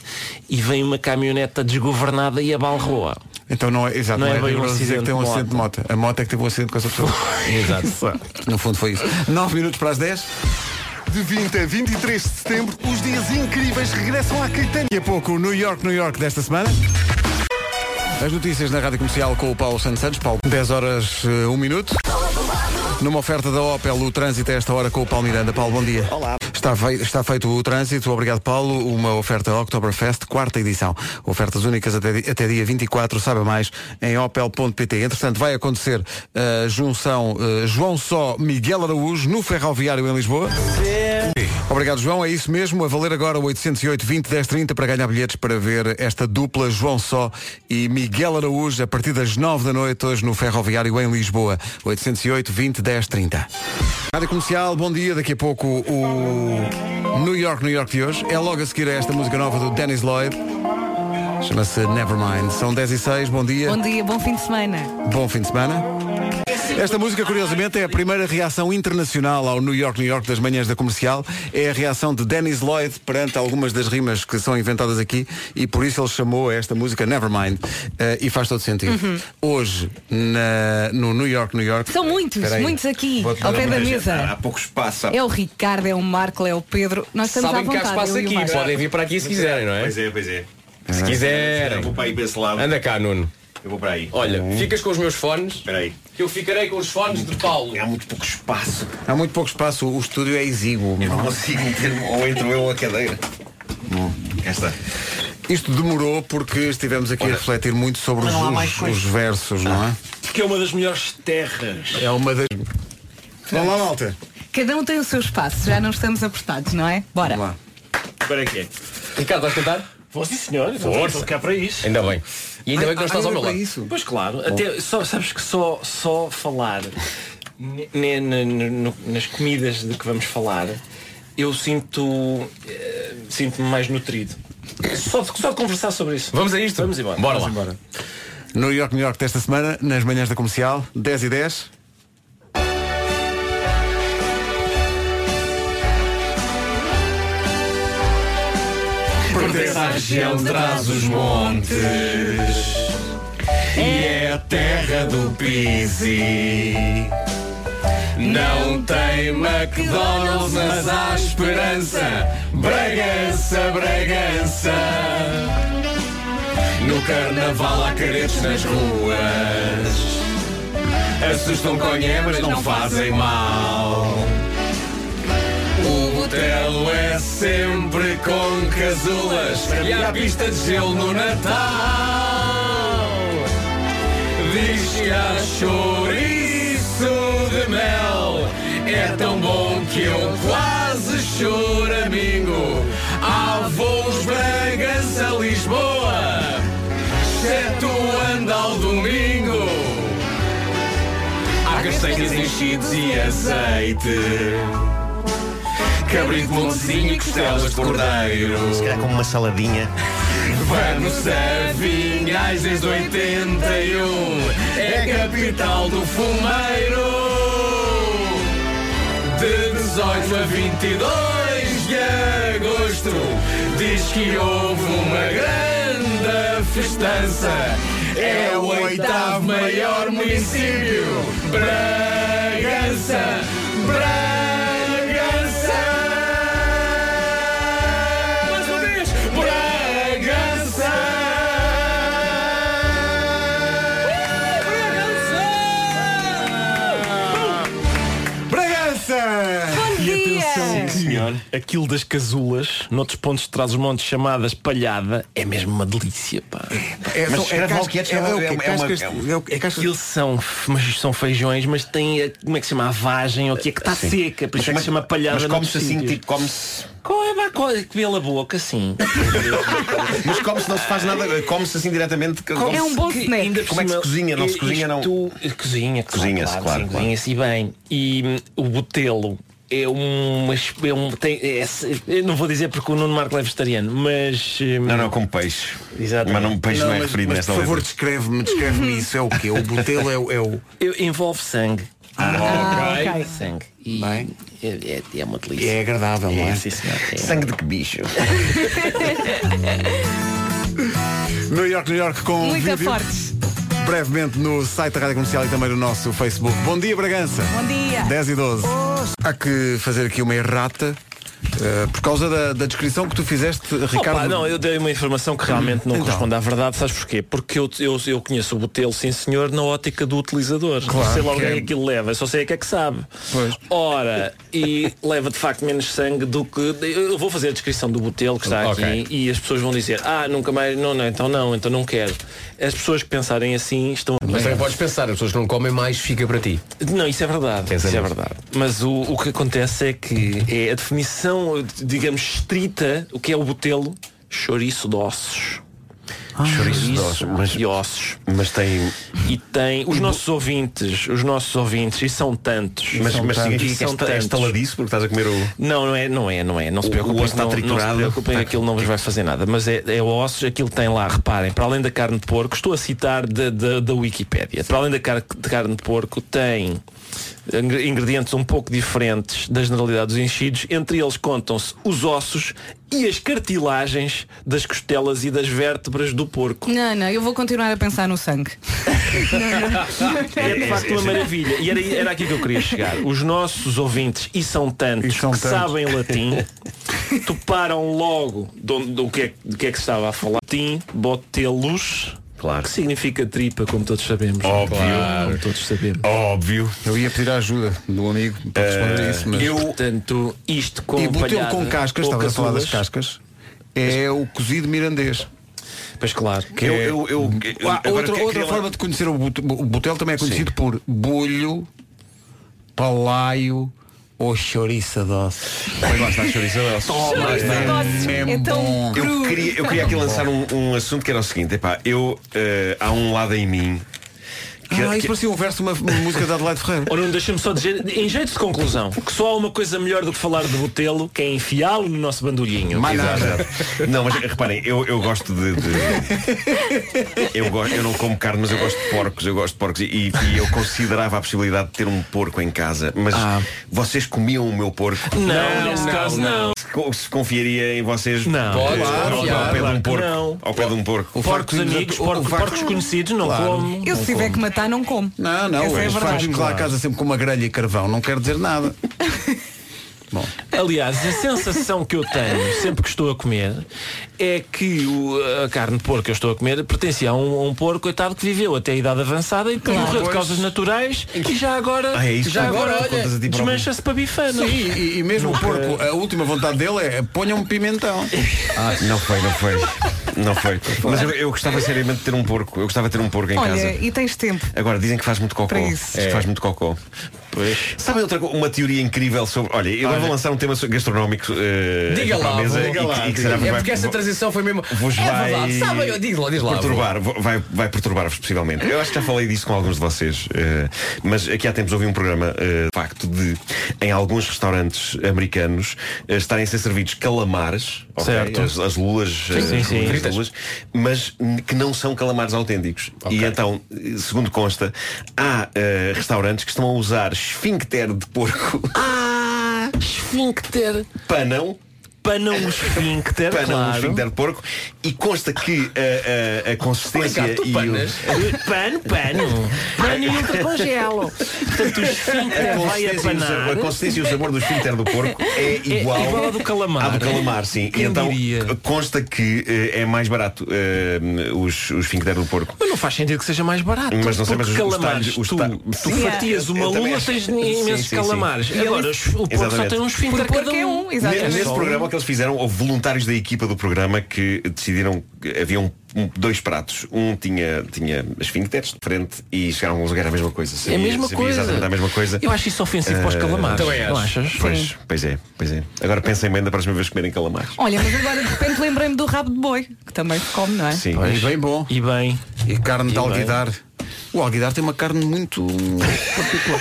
Speaker 11: e vem uma caminhoneta desgovernada e abalroa.
Speaker 1: Então não é, exato,
Speaker 11: Não
Speaker 1: não,
Speaker 11: é
Speaker 1: é,
Speaker 11: bem um
Speaker 1: rigoroso dizer que
Speaker 11: acidente
Speaker 1: tem um
Speaker 11: de
Speaker 1: acidente de moto. A moto é que teve um acidente com essa
Speaker 11: (laughs)
Speaker 1: pessoa.
Speaker 5: Exato.
Speaker 1: No fundo foi isso. 9 minutos para as 10.
Speaker 14: De 20 a 23 de setembro, os dias incríveis regressam à Caetano.
Speaker 1: Daqui a pouco, o New York, New York desta semana. As notícias na Rádio Comercial com o Paulo Santos Santos. Paulo, 10 horas, 1 minuto. Numa oferta da Opel, o trânsito é a esta hora com o Paulo Miranda. Paulo, bom dia. Olá. Está, fei- está feito o trânsito. Obrigado, Paulo. Uma oferta Oktoberfest, quarta edição. Ofertas únicas até, di- até dia 24. Saiba mais em opel.pt. Entretanto, vai acontecer a junção eh, João Só Miguel Araújo no Ferroviário em Lisboa. Obrigado, João. É isso mesmo. A valer agora 808 20 10 30 para ganhar bilhetes para ver esta dupla João Só e Miguel Araújo a partir das 9 da noite hoje no Ferroviário em Lisboa. 808 20 10 30. Rádio Comercial, bom dia. Daqui a pouco o New York, New York de hoje. É logo a seguir a esta música nova do Dennis Lloyd. Chama-se Nevermind. São 10 e 6, bom dia.
Speaker 2: Bom dia, bom fim de semana.
Speaker 1: Bom fim de semana. Esta música, curiosamente, é a primeira reação internacional ao New York, New York das manhãs da comercial. É a reação de Dennis Lloyd perante algumas das rimas que são inventadas aqui e por isso ele chamou esta música Nevermind. Eh, e faz todo sentido.
Speaker 2: Uhum.
Speaker 1: Hoje, na- no New York, New York.
Speaker 2: São muitos,
Speaker 1: Espera aí.
Speaker 2: muitos aqui,
Speaker 1: Vou-te
Speaker 2: ao
Speaker 1: dar
Speaker 2: pé da
Speaker 1: uma-
Speaker 2: mesa. Há
Speaker 1: pouco espaço.
Speaker 2: É o Ricardo, é o Marco, é o Pedro. Nós estamos
Speaker 5: Sabem
Speaker 2: à
Speaker 5: que há
Speaker 2: vontade.
Speaker 5: espaço
Speaker 2: eu e o
Speaker 5: aqui.
Speaker 2: Vasco.
Speaker 5: Podem vir para aqui se quiserem, não é?
Speaker 13: Pois é, pois é.
Speaker 5: Se quiserem.
Speaker 13: Vou para aí para esse lado.
Speaker 5: Anda cá, Nuno.
Speaker 13: Eu vou para aí.
Speaker 5: Olha,
Speaker 1: Uhum.
Speaker 5: ficas com os meus fones. Espera
Speaker 13: aí.
Speaker 5: Que eu ficarei com os fones de Paulo.
Speaker 13: Há muito pouco espaço.
Speaker 1: um- Há muito pouco espaço. O estúdio é exíguo.
Speaker 13: Eu não consigo meter-me ou entro eu ou a cadeira.
Speaker 1: Hum.
Speaker 13: Esta.
Speaker 1: Isto demorou porque estivemos aqui a refletir muito sobre os,
Speaker 11: Não há mais
Speaker 1: os-
Speaker 11: coisa.
Speaker 1: os versos, não é?
Speaker 11: Porque é uma das melhores terras.
Speaker 1: É uma das. Vamos lá, malta.
Speaker 2: Cada um tem o seu espaço, já não estamos apertados, não é? Bora.
Speaker 1: Vamos lá.
Speaker 11: Para
Speaker 13: é?
Speaker 11: aqui.
Speaker 5: Ricardo, vais cantar?
Speaker 11: Vou sim, senhor. Estou
Speaker 5: Força.
Speaker 11: estou cá para isso.
Speaker 5: Ainda bem. E ainda
Speaker 11: é Ah,
Speaker 5: bem que não estás ao meu lado.
Speaker 11: Pois claro, até só, sabes que só, só falar ne- ne- ne- no- nas comidas de que vamos falar, eu sinto. eh, sinto-me mais nutrido. Só de, só de conversar sobre isso.
Speaker 5: Vamos a isto?
Speaker 11: Vamos embora.
Speaker 5: Bora
Speaker 11: Vamos
Speaker 5: lá.
Speaker 11: embora.
Speaker 1: New York, New York desta semana, nas manhãs da comercial, 10 e 10.
Speaker 12: Pertence à região de trás os montes E é a terra do Pizzi Não tem McDonald's, mas há esperança Bragança, Bragança No carnaval há caretos nas ruas Assustam com mas não fazem mal o botelo é sempre com casulas e há pista de gelo no Natal. Diz que há chouriço de mel, é tão bom que eu quase choramingo. Há voos Bragança, Lisboa, exceto anda ao domingo. Há castanhas enchidos e azeite. Cabrito mocinho e costelas de cordeiro.
Speaker 13: Se calhar como uma saladinha.
Speaker 12: Vamos a Vinhais desde 81 É a capital do fumeiro De 18 a 22 de agosto Diz que houve uma grande festança É o oitavo maior município Bragança Bragança Mais uma vez Bragança
Speaker 1: Bragança!
Speaker 2: Bom dia!
Speaker 13: Senhor,
Speaker 11: aquilo das casulas, noutros pontos de trás os montes chamadas palhada, é mesmo uma delícia, pá.
Speaker 1: É,
Speaker 11: Mas
Speaker 1: são- é
Speaker 11: Carnaval
Speaker 1: cas-
Speaker 11: Quietos
Speaker 1: é-
Speaker 11: é
Speaker 1: é o
Speaker 11: uma-
Speaker 1: quê?
Speaker 11: é uma-
Speaker 1: Cascas-
Speaker 11: é uma- Aquilo são, f- mas são feijões, mas tem a- como é que se chama? A vagem ou o que é que está
Speaker 13: Sim.
Speaker 11: seca, por isso é que
Speaker 13: Mas-
Speaker 11: se chama palhada.
Speaker 13: mas come-se assim, tipo,
Speaker 11: come-se. Come, come, pela boca, sim.
Speaker 13: Mas come-se, não se faz nada, come-se assim diretamente.
Speaker 11: Como-
Speaker 13: come-se-
Speaker 11: Ainda por
Speaker 13: Como é que se
Speaker 11: cima- eh,
Speaker 13: cozinha? Não se cozinha, não.
Speaker 11: Isto- Cozinha, claro,
Speaker 13: Cozinha-se,
Speaker 11: claro,
Speaker 13: claro,
Speaker 11: sim,
Speaker 13: claro.
Speaker 11: Cozinha-se bem. E hum, o botelo é uma. esp- É um, tem, é- eu não vou dizer porque o Nuno Marco é vegetariano, mas. hum, Não,
Speaker 13: não, como peixe.
Speaker 11: Exato.
Speaker 13: Mas não- peixe não é referido
Speaker 1: mas,
Speaker 13: nesta
Speaker 1: Por favor,
Speaker 13: letra.
Speaker 1: descreve-me,
Speaker 11: (laughs)
Speaker 1: descreve-me isso. É o quê? O botelo é o. É o...
Speaker 11: Eu- envolve sangue.
Speaker 1: Ah,
Speaker 11: ok.
Speaker 1: ok.
Speaker 11: Sangue. E é, é, é uma delícia.
Speaker 1: É agradável, não é?
Speaker 11: sim, senhor. É.
Speaker 13: Sangue de que bicho?
Speaker 1: New York, New York com
Speaker 2: Muito
Speaker 1: vídeo.
Speaker 2: fortes.
Speaker 1: Brevemente no site da Rádio Comercial e também no nosso Facebook. Bom dia, Bragança.
Speaker 2: Bom dia.
Speaker 1: 10 e 12. Há que fazer aqui uma errata eh, por causa da, da descrição que tu fizeste, Ricardo.
Speaker 11: Opa, não, eu dei uma informação que realmente não
Speaker 1: Então.
Speaker 11: corresponde à verdade, sabes porquê? Porque eu, eu, eu conheço o botelo, sim senhor, na ótica do utilizador.
Speaker 1: Claro,
Speaker 11: não sei logo o que é
Speaker 1: que
Speaker 11: que
Speaker 1: é-
Speaker 11: aquilo leva, eu só sei o que é que sabe.
Speaker 1: Pois.
Speaker 11: Ora, e leva de facto menos sangue do que. Eu vou fazer a descrição do botelo que está
Speaker 5: Ok.
Speaker 11: aqui e as pessoas vão dizer, ah, nunca mais, não, não, então não, então não quero. As pessoas que pensarem assim estão a
Speaker 5: Mas também podes pensar, as pessoas que não comem mais fica para ti.
Speaker 11: não, isso é verdade. Isso é verdade. Mas o, o que acontece é que é a definição, digamos, estrita, o que é o botelo, chouriço de ossos.
Speaker 13: Ah. chouriço de ossos, mas-
Speaker 11: e ossos.
Speaker 13: Mas tem.
Speaker 11: E tem os nossos ouvintes, os nossos ouvintes, e são tantos.
Speaker 13: Mas,
Speaker 11: são
Speaker 13: mas
Speaker 11: tantos,
Speaker 13: significa
Speaker 11: e
Speaker 13: que
Speaker 11: são
Speaker 13: esta- é
Speaker 11: tantos.
Speaker 13: estaladiço porque estás a comer o.
Speaker 11: Não, não é, não é, não é. Não se
Speaker 13: O-
Speaker 11: preocupem,
Speaker 13: o osso está
Speaker 11: não, não se
Speaker 13: triturado.
Speaker 11: preocupem,
Speaker 13: Tá.
Speaker 11: aquilo não vos vai fazer nada. Mas é, é o osso, aquilo tem lá, reparem, para além da carne de porco, estou a citar da, da, da Wikipédia, para além da car- de carne de porco, tem ingre- ingredientes um pouco diferentes da generalidade dos enchidos, entre eles contam-se os ossos e as cartilagens das costelas e das vértebras do porco.
Speaker 2: Não, não, eu vou continuar a pensar no sangue.
Speaker 11: É de facto uma maravilha. E era, era aqui que eu queria
Speaker 5: (laughs)
Speaker 11: chegar. Os nossos ouvintes, e são tantos, que sabem latim, toparam logo do, do, que é, do que é que se estava a falar. Latim, botelus. Claro. Que significa tripa, como todos sabemos.
Speaker 13: Óbvio.
Speaker 11: Como todos sabemos.
Speaker 13: Óbvio.
Speaker 1: Eu ia pedir a ajuda do amigo para responder a isso, mas.
Speaker 11: Eh, Eu, portanto, isto com
Speaker 1: e botelo
Speaker 11: palhada
Speaker 1: com cascas,
Speaker 11: ou
Speaker 1: estava a falar das
Speaker 11: casulas,
Speaker 1: cascas, é o cozido mirandês.
Speaker 11: Pois claro.
Speaker 1: Que é- Ah,
Speaker 11: é
Speaker 1: outra outra forma de conhecer o bot- o botelo também é conhecido por bolho, palaio ou chouriça doce.
Speaker 13: Pois lá está, chouriça doce.
Speaker 1: Toma,
Speaker 13: Chouriça
Speaker 1: é,
Speaker 13: doce.
Speaker 1: mesmo
Speaker 13: É
Speaker 1: bom.
Speaker 13: Eu queria, eu queria aqui lançar um, um assunto que era o seguinte, epá, eu eh, há um lado em mim.
Speaker 1: Ah, isso parecia um verso de uma uma música da Adelaide Ferreira.
Speaker 11: Ou não deixa-me só dizer, em jeito de conclusão, que só há uma coisa melhor do que falar de botelo, que é enfiá-lo no nosso bandulhinho.
Speaker 13: Exato, exato. Não, mas reparem, eu, eu gosto de. de- eu, go- eu não como carne, mas eu gosto de porcos, eu gosto de porcos e, e- e eu considerava a possibilidade de ter um porco em casa, mas vocês comiam o meu porco?
Speaker 11: Não, Ah. Não, nesse não, caso, não. não.
Speaker 13: Se, co- se confiaria em vocês
Speaker 11: Não. Pode,
Speaker 13: ao,
Speaker 11: claro,
Speaker 13: ao pé de
Speaker 11: claro
Speaker 13: um
Speaker 11: que
Speaker 13: porco.
Speaker 11: não.
Speaker 13: Ao pé de um porco.
Speaker 11: Porcos amigos, porcos, porcos conhecidos, não
Speaker 1: Claro.
Speaker 11: como.
Speaker 2: Eu se
Speaker 1: Não
Speaker 2: tiver
Speaker 1: como.
Speaker 2: que matar, não como.
Speaker 1: Ah, não,
Speaker 2: Essa é a
Speaker 1: eles fazem
Speaker 2: verdade.
Speaker 1: lá a casa sempre com uma grelha e carvão, não quer dizer nada.
Speaker 11: Aliás, a sensação que eu tenho sempre que estou a comer é que o- a carne de porco que eu estou a comer pertencia a um, a um porco coitado que viveu até a idade avançada e que
Speaker 1: Claro.
Speaker 11: morreu de
Speaker 1: Pois.
Speaker 11: causas naturais e já agora,
Speaker 1: Ah, é isso?
Speaker 11: já
Speaker 1: Contas-
Speaker 11: agora
Speaker 1: contas a
Speaker 11: olha,
Speaker 1: ti próprio.
Speaker 11: desmancha-se para bifana.
Speaker 1: Sim, e, e mesmo o porco, a última vontade dele é ponha um pimentão.
Speaker 13: Ah, não foi, não foi. Não foi. Mas eu, eu gostava seriamente de ter um porco. Eu gostava de ter um porco em casa.
Speaker 2: Olha, e tens tempo.
Speaker 13: Agora dizem que faz muito cocô.
Speaker 2: Para isso.
Speaker 13: Diz
Speaker 2: É.
Speaker 13: que Faz muito cocô.
Speaker 11: Pois.
Speaker 13: Sabe outra co- uma teoria incrível sobre. Olha, eu
Speaker 5: Olha.
Speaker 13: vou lançar um tema so- gastronómico eh,
Speaker 5: Diga
Speaker 13: aqui para
Speaker 5: lá,
Speaker 13: a mesa
Speaker 5: vou-
Speaker 13: e,
Speaker 5: diga
Speaker 13: que-
Speaker 5: lá,
Speaker 13: e que
Speaker 5: diga
Speaker 13: será
Speaker 5: lá.
Speaker 13: que
Speaker 5: É
Speaker 13: vai-
Speaker 5: porque essa transição foi mesmo.
Speaker 13: Vos
Speaker 5: é
Speaker 13: vai
Speaker 5: verdade, sabe? Diz lá, diz lá.
Speaker 13: perturbar, vo- vai, vai perturbar-vos possivelmente. Eu acho que já falei disso com alguns de vocês, eh, mas aqui há tempos houve um programa eh, de facto de em alguns restaurantes americanos eh, estarem a ser servidos calamares, ok?
Speaker 11: Certo.
Speaker 13: as, as lulas,
Speaker 11: Sim,
Speaker 13: eh,
Speaker 11: sim,
Speaker 13: as
Speaker 11: sim.
Speaker 13: lulas,
Speaker 11: Fritas.
Speaker 13: lulas, mas n- que não são calamares autênticos. E então, eh, segundo consta, há eh, restaurantes que estão a usar esfincter de porco,
Speaker 11: Ah, esfincter.
Speaker 13: panão
Speaker 11: Pana um esfíncter,
Speaker 13: Pana um
Speaker 11: claro.
Speaker 13: esfíncter de porco. E consta que a, a- a consistência
Speaker 11: Obrigado, tu
Speaker 13: e
Speaker 11: panas.
Speaker 13: o...
Speaker 11: Pano, pano. Pano e ultracongelo. (laughs) Portanto, o esfíncter
Speaker 13: A
Speaker 11: vai
Speaker 13: consistência e o
Speaker 11: apanar.
Speaker 13: sabor- A consistência e o sabor do esfíncter do porco é
Speaker 11: É
Speaker 13: igual,
Speaker 11: igual ao do calamar.
Speaker 13: À do calamar, sim. E
Speaker 11: Quem
Speaker 13: então
Speaker 11: diria?
Speaker 13: consta que eh, é mais barato eh, os, os esfíncter do porco.
Speaker 11: Mas não faz sentido que seja mais barato.
Speaker 13: Mas não sei, mas
Speaker 11: porque
Speaker 13: os- os
Speaker 11: calamares,
Speaker 13: talhos- os
Speaker 11: tu,
Speaker 13: ta-
Speaker 11: tu
Speaker 13: Sim,
Speaker 11: fatias
Speaker 13: eu-
Speaker 11: uma
Speaker 13: eu também
Speaker 11: lula,
Speaker 13: acho-
Speaker 11: tens
Speaker 13: Sim,
Speaker 11: imensos
Speaker 13: sim, sim.
Speaker 11: calamares.
Speaker 13: E
Speaker 11: Agora,
Speaker 13: eles-
Speaker 11: os- o porco só
Speaker 13: Exatamente.
Speaker 11: tem um esfíncter
Speaker 2: Por
Speaker 11: cada
Speaker 2: porco é um,
Speaker 11: um.
Speaker 2: exatamente.
Speaker 13: Nesse
Speaker 11: Só
Speaker 13: programa
Speaker 11: um.
Speaker 13: que eles fizeram, houve voluntários da equipa do programa que decidiram que haviam um- dois pratos. Um tinha, tinha esfíncteres de frente e chegaram a um lugar à mesma coisa.
Speaker 11: É a mesma
Speaker 13: sabia
Speaker 11: coisa.
Speaker 13: Exatamente a mesma coisa.
Speaker 11: Eu acho isso ofensivo para os
Speaker 13: Eh,
Speaker 11: calamares. Também
Speaker 13: não
Speaker 11: acho.
Speaker 13: achas?
Speaker 11: Sim.
Speaker 13: Pois, pois é, pois é. Agora pensem bem da próxima vez que comerem calamares.
Speaker 2: Olha, mas agora de repente lembrei-me do rabo de boi, que também se come, não é?
Speaker 13: Sim.
Speaker 1: E bem bom.
Speaker 11: E bem.
Speaker 1: E carne de
Speaker 11: bem.
Speaker 1: alguidar. O alguidar tem uma carne muito particular.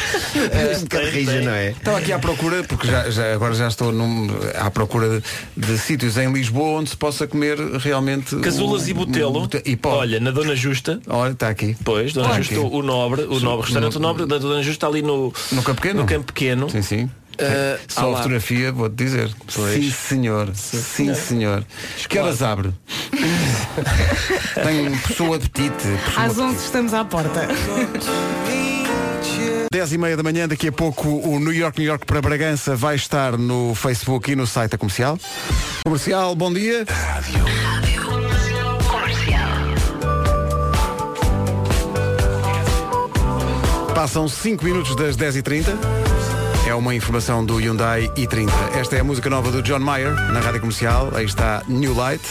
Speaker 13: Tem, rija, não é?
Speaker 1: Estava aqui à procura, porque já, já- agora já estou num- à procura de, de sítios em Lisboa onde se possa comer realmente.
Speaker 11: Casulas
Speaker 1: um-
Speaker 11: e Botelo.
Speaker 1: um bote- E pó.
Speaker 11: Olha, na Dona Justa.
Speaker 1: Olha, está aqui.
Speaker 11: Pois, Dona
Speaker 1: Olha
Speaker 11: Justa,
Speaker 1: aqui.
Speaker 11: o nobre, o
Speaker 1: Sim,
Speaker 11: nobre restaurante
Speaker 1: no-
Speaker 11: o nobre da Dona Justa ali no
Speaker 1: No Campo Pequeno?
Speaker 11: no Campo Pequeno.
Speaker 1: Sim, sim.
Speaker 11: Eh,
Speaker 1: Só
Speaker 11: há
Speaker 1: a
Speaker 11: lá.
Speaker 1: fotografia, vou-te dizer.
Speaker 11: Pois.
Speaker 1: Sim, senhor. Sim, senhor. Que horas abre? (laughs) Tenho pessoa apetite. pessoa
Speaker 2: Às 11 estamos à porta.
Speaker 1: 10 e meia da manhã, daqui a pouco o New York, New York para Bragança vai estar no Facebook e no site da Comercial. Comercial, bom dia. Passam 5 minutos das 10h30. É uma informação do Hyundai i30. Esta é a música nova do John Mayer, na Rádio Comercial. Aí está New Light.